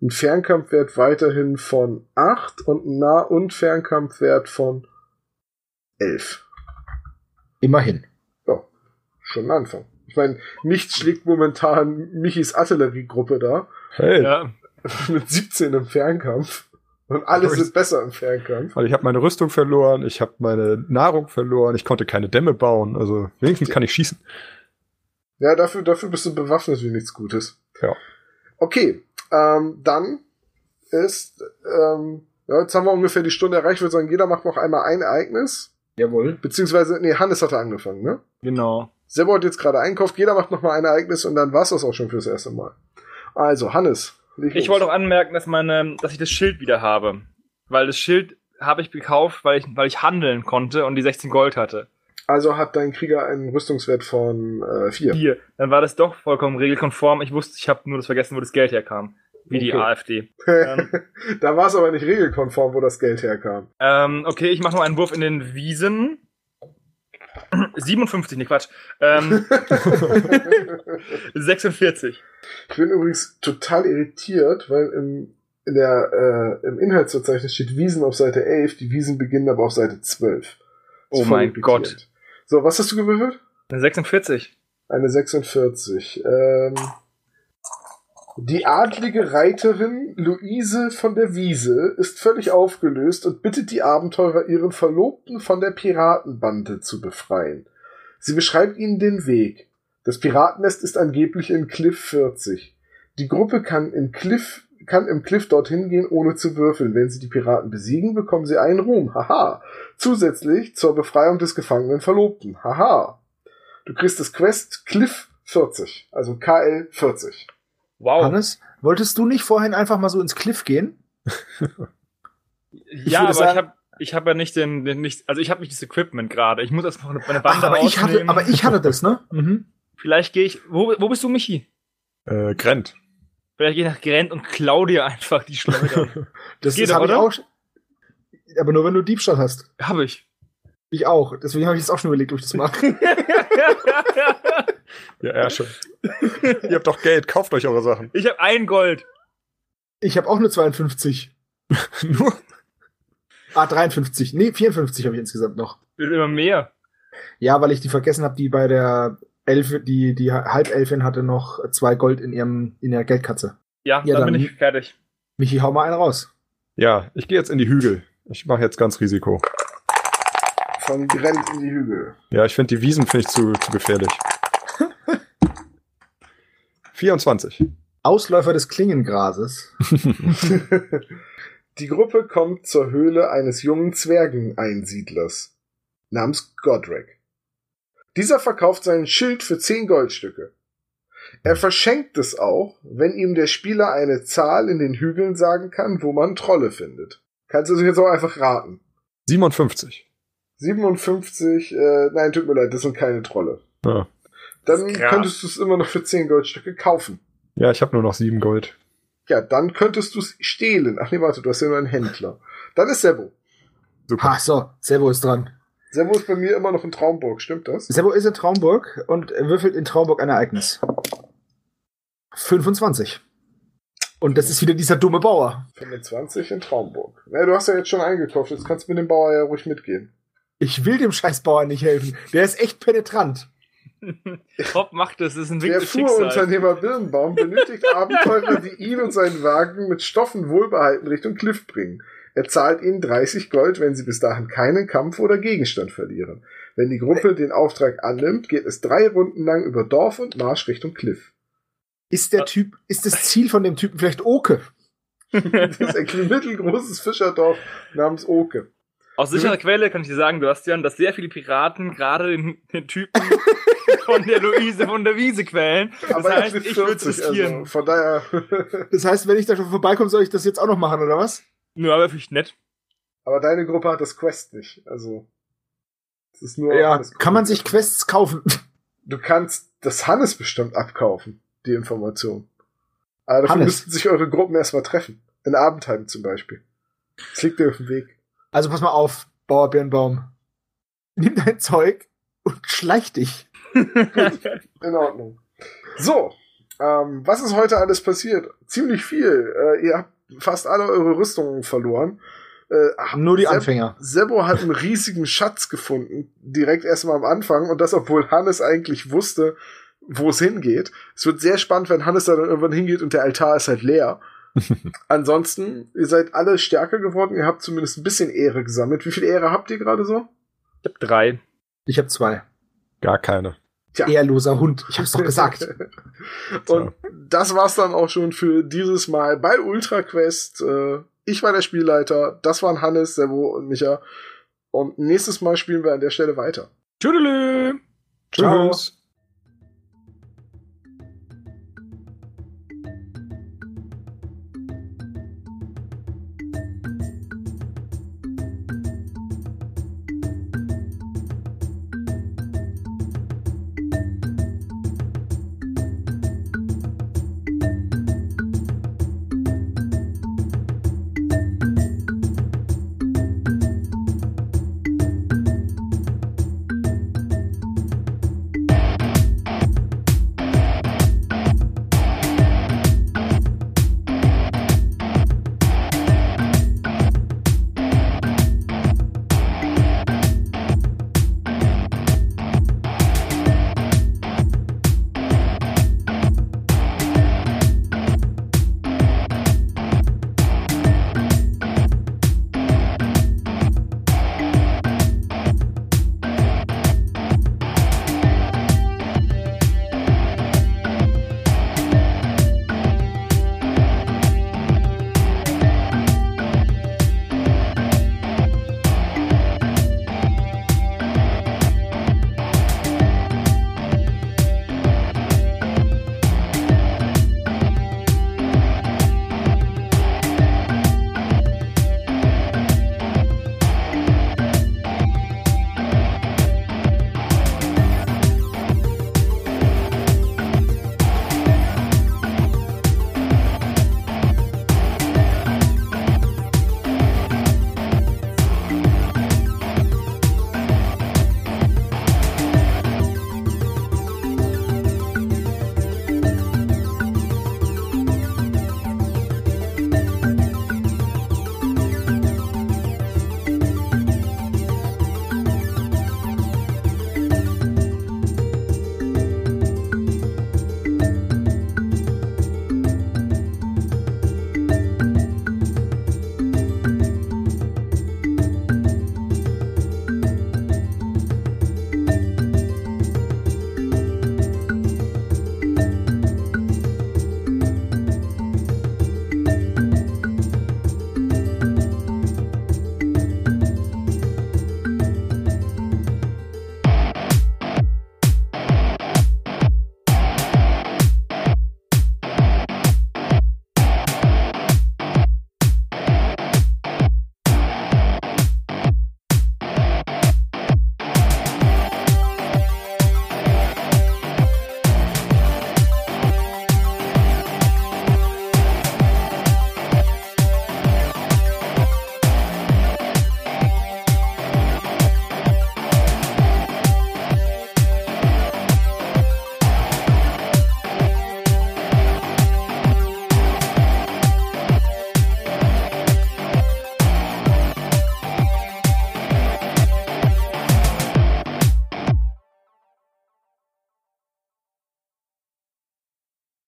[SPEAKER 1] Einen Fernkampfwert weiterhin von 8 und einen Nah- und Fernkampfwert von 11
[SPEAKER 4] Immerhin.
[SPEAKER 1] schon ein Anfang. Ich meine, nichts schlägt momentan Michis Artilleriegruppe da
[SPEAKER 3] Hey,
[SPEAKER 2] Ja.
[SPEAKER 1] mit 17 im Fernkampf. Und alles
[SPEAKER 3] Aber ich-
[SPEAKER 1] ist besser im Fernkampf.
[SPEAKER 3] weil Also ich habe meine Rüstung verloren, ich habe meine Nahrung verloren, ich konnte keine Dämme bauen, also wenigstens kann ich schießen.
[SPEAKER 1] Ja, dafür, dafür bist du bewaffnet wie nichts Gutes.
[SPEAKER 3] Ja.
[SPEAKER 1] Okay, ähm, dann ist, ähm, ja, jetzt haben wir ungefähr die Stunde erreicht. Ich würde sagen, jeder macht noch einmal ein Ereignis.
[SPEAKER 4] Jawohl.
[SPEAKER 1] Beziehungsweise, nee, Hannes hatte angefangen, ne?
[SPEAKER 2] Genau.
[SPEAKER 1] Sebo hat jetzt gerade einkauft. Jeder macht noch mal ein Ereignis und dann war's das auch schon fürs erste Mal. Also, Hannes. leg
[SPEAKER 2] Ich
[SPEAKER 1] los.
[SPEAKER 2] wollte auch anmerken, dass, meine, dass ich das Schild wieder habe. Weil das Schild habe ich gekauft, weil ich, weil ich handeln konnte und die 16 Gold hatte.
[SPEAKER 1] Also hat dein Krieger einen Rüstungswert von äh, 4.
[SPEAKER 2] Hier, dann war das doch vollkommen regelkonform. Ich wusste, ich habe nur das vergessen, wo das Geld herkam. Wie die
[SPEAKER 1] Okay.
[SPEAKER 2] AfD. Ähm,
[SPEAKER 1] da war es aber nicht regelkonform, wo das Geld herkam.
[SPEAKER 2] ähm, okay, ich mache noch einen Wurf in den Wiesen. 57, nee, Quatsch. Ähm,
[SPEAKER 1] ich
[SPEAKER 2] 46.
[SPEAKER 1] bin übrigens total irritiert, weil im, in der, äh, im Inhaltsverzeichnis steht Wiesen auf Seite 11, die Wiesen beginnen aber auf Seite 12. Ist
[SPEAKER 2] Oh
[SPEAKER 1] voll
[SPEAKER 2] mein
[SPEAKER 1] irritierend.
[SPEAKER 2] Gott.
[SPEAKER 1] So, was hast du gewürfelt?
[SPEAKER 2] 46.
[SPEAKER 1] Eine 46. Ähm, die adlige Reiterin Luise von der Wiese ist völlig aufgelöst und bittet die Abenteurer, ihren Verlobten von der Piratenbande zu befreien. Sie beschreibt ihnen den Weg. Das Piratennest ist angeblich in Cliff 40. Die Gruppe kann in Cliff kann im Cliff dorthin gehen, ohne zu würfeln. Wenn sie die Piraten besiegen, bekommen sie einen Ruhm. Haha. Zusätzlich zur Befreiung des gefangenen Verlobten. Haha. Du kriegst das Quest Cliff 40, also KL 40.
[SPEAKER 2] Wow.
[SPEAKER 4] Hannes, wolltest du nicht vorhin einfach mal so ins Cliff gehen?
[SPEAKER 2] Ja, aber
[SPEAKER 4] würde sagen-
[SPEAKER 2] ich habe ich hab ja nicht den, den nicht, also ich habe nicht das Equipment gerade. Ich muss erstmal meine meine
[SPEAKER 4] Ach,
[SPEAKER 2] Bande
[SPEAKER 4] Ah, aber ich, hatte,
[SPEAKER 2] ausnehmen.
[SPEAKER 4] aber ich hatte das, ne? Mhm.
[SPEAKER 2] Vielleicht gehe ich, wo, wo bist du, Michi?
[SPEAKER 3] Äh, Grent.
[SPEAKER 2] Vielleicht gehe ich nach Grant und klau dir einfach die Schleuder.
[SPEAKER 4] Das,
[SPEAKER 2] Geht
[SPEAKER 4] das habe ich
[SPEAKER 2] doch,
[SPEAKER 4] auch. Aber nur wenn du Diebstahl hast.
[SPEAKER 2] habe ich.
[SPEAKER 4] Ich auch. Deswegen habe ich jetzt auch schon überlegt, ob ich das mache.
[SPEAKER 3] Ja, ja, schon. Ihr habt doch Geld, kauft euch eure Sachen.
[SPEAKER 2] ich habe ein Gold.
[SPEAKER 4] Ich habe auch nur 52.
[SPEAKER 3] Nur
[SPEAKER 4] Ah, 53. Nee, 54 habe ich insgesamt noch.
[SPEAKER 2] Wird immer mehr.
[SPEAKER 4] Ja, weil ich die vergessen habe, die bei der Elfe, die, die Halbelfin hatte noch zwei Gold in ihrem, in der Geldkatze.
[SPEAKER 2] Ja,
[SPEAKER 4] Ja,
[SPEAKER 2] dann,
[SPEAKER 4] dann-
[SPEAKER 2] bin ich fertig.
[SPEAKER 4] Michi, hau mal einen raus.
[SPEAKER 3] Ja, ich gehe jetzt in die Hügel. Ich mache jetzt ganz Risiko.
[SPEAKER 1] Von Grenz in die Hügel.
[SPEAKER 3] Ja, ich finde die Wiesen finde ich zu, zu gefährlich. 24.
[SPEAKER 4] Ausläufer des Klingengrases.
[SPEAKER 1] Die Gruppe kommt zur Höhle eines jungen Zwergeneinsiedlers namens Godric. Dieser verkauft sein Schild für 10 Goldstücke. Er verschenkt es auch, wenn ihm der Spieler eine Zahl in den Hügeln sagen kann, wo man Trolle findet. Kannst du sich jetzt auch einfach raten.
[SPEAKER 3] 57.
[SPEAKER 1] 57, äh, nein, tut mir leid, das sind keine Trolle.
[SPEAKER 3] Ja.
[SPEAKER 1] Dann
[SPEAKER 2] krass.
[SPEAKER 1] könntest du es immer noch für 10 Goldstücke kaufen.
[SPEAKER 3] Ja, ich habe nur noch sieben Gold.
[SPEAKER 1] Ja, dann könntest du es stehlen. Ach nee, warte, du hast ja nur einen Händler. Dann ist Sebo.
[SPEAKER 3] Super.
[SPEAKER 4] Ha, so, Sebo ist dran.
[SPEAKER 1] Sebo ist bei mir immer noch in Traumburg, stimmt das?
[SPEAKER 4] Sebo ist in Traumburg und würfelt in Traumburg ein Ereignis. 25. Und das ist wieder dieser dumme Bauer.
[SPEAKER 1] 25 in Traumburg. Na, du hast ja jetzt schon eingekauft, jetzt kannst du mit dem Bauer ja ruhig mitgehen.
[SPEAKER 4] Ich will dem Scheißbauer nicht helfen. Der ist echt penetrant.
[SPEAKER 2] Hopp macht es, das ist ein Weg
[SPEAKER 1] Der
[SPEAKER 2] des Schicksals.
[SPEAKER 1] Fuhrunternehmer Birnbaum benötigt Abenteurer, die ihn und seinen Wagen mit Stoffen wohlbehalten Richtung Cliff bringen. Er zahlt ihnen 30 Gold, wenn sie bis dahin keinen Kampf oder Gegenstand verlieren. Wenn die Gruppe den Auftrag annimmt, geht es drei Runden lang über Dorf und Marsch Richtung Cliff.
[SPEAKER 4] Ist der Typ, ist das Ziel von dem Typen vielleicht Oke?
[SPEAKER 1] Das ist ein mittelgroßes Fischerdorf namens Oke.
[SPEAKER 2] Aus sicherer Quelle kann ich dir sagen, Bastian, dass sehr viele Piraten gerade den, den Typen von der Luise von der Wiese quälen. Das
[SPEAKER 1] Aber er
[SPEAKER 2] heißt,
[SPEAKER 1] trifft
[SPEAKER 2] ich würde
[SPEAKER 1] 40,
[SPEAKER 2] riskieren.
[SPEAKER 1] also von daher
[SPEAKER 4] Das heißt, wenn ich da schon vorbeikomme, soll ich das jetzt auch noch machen, oder was?
[SPEAKER 2] Nö, aber finde ich nett.
[SPEAKER 1] Aber deine Gruppe hat das Quest nicht. Also. Es ist nur
[SPEAKER 4] ja,
[SPEAKER 1] alles
[SPEAKER 4] kann man sich Quests kaufen?
[SPEAKER 1] Du kannst das Hannes bestimmt abkaufen, die Information. Aber dafür
[SPEAKER 4] Hannes.
[SPEAKER 1] müssten sich eure Gruppen erstmal treffen. In Abendheim zum Beispiel. Es liegt dir auf dem Weg.
[SPEAKER 4] Also pass mal auf, Bauer Birnbaum. Nimm dein Zeug und schleich dich.
[SPEAKER 1] In Ordnung. So, ähm, was ist heute alles passiert? Ziemlich viel. Äh, ihr habt fast alle eure Rüstungen verloren. Äh,
[SPEAKER 4] Nur die
[SPEAKER 1] Seb-
[SPEAKER 4] Anfänger.
[SPEAKER 1] Sebo hat einen riesigen Schatz gefunden, direkt erstmal am Anfang, und das, obwohl Hannes eigentlich wusste, wo es hingeht. Es wird sehr spannend, wenn Hannes da dann irgendwann hingeht und der Altar ist halt leer. Ansonsten, ihr seid alle stärker geworden, ihr habt zumindest ein bisschen Ehre gesammelt. Wie viel Ehre habt ihr gerade so?
[SPEAKER 2] Ich hab drei.
[SPEAKER 4] Ich habe zwei.
[SPEAKER 3] Gar keine.
[SPEAKER 1] Ja.
[SPEAKER 4] Ehrloser Hund. Ich hab's doch gesagt.
[SPEAKER 1] Und das war's dann auch schon für dieses Mal bei Ultra Quest. Äh, Ich war der Spielleiter, das waren Hannes, Sebo und Micha. Und nächstes Mal spielen wir an der Stelle weiter.
[SPEAKER 2] Tschüdelü!
[SPEAKER 4] Ciao.
[SPEAKER 3] Tschüss.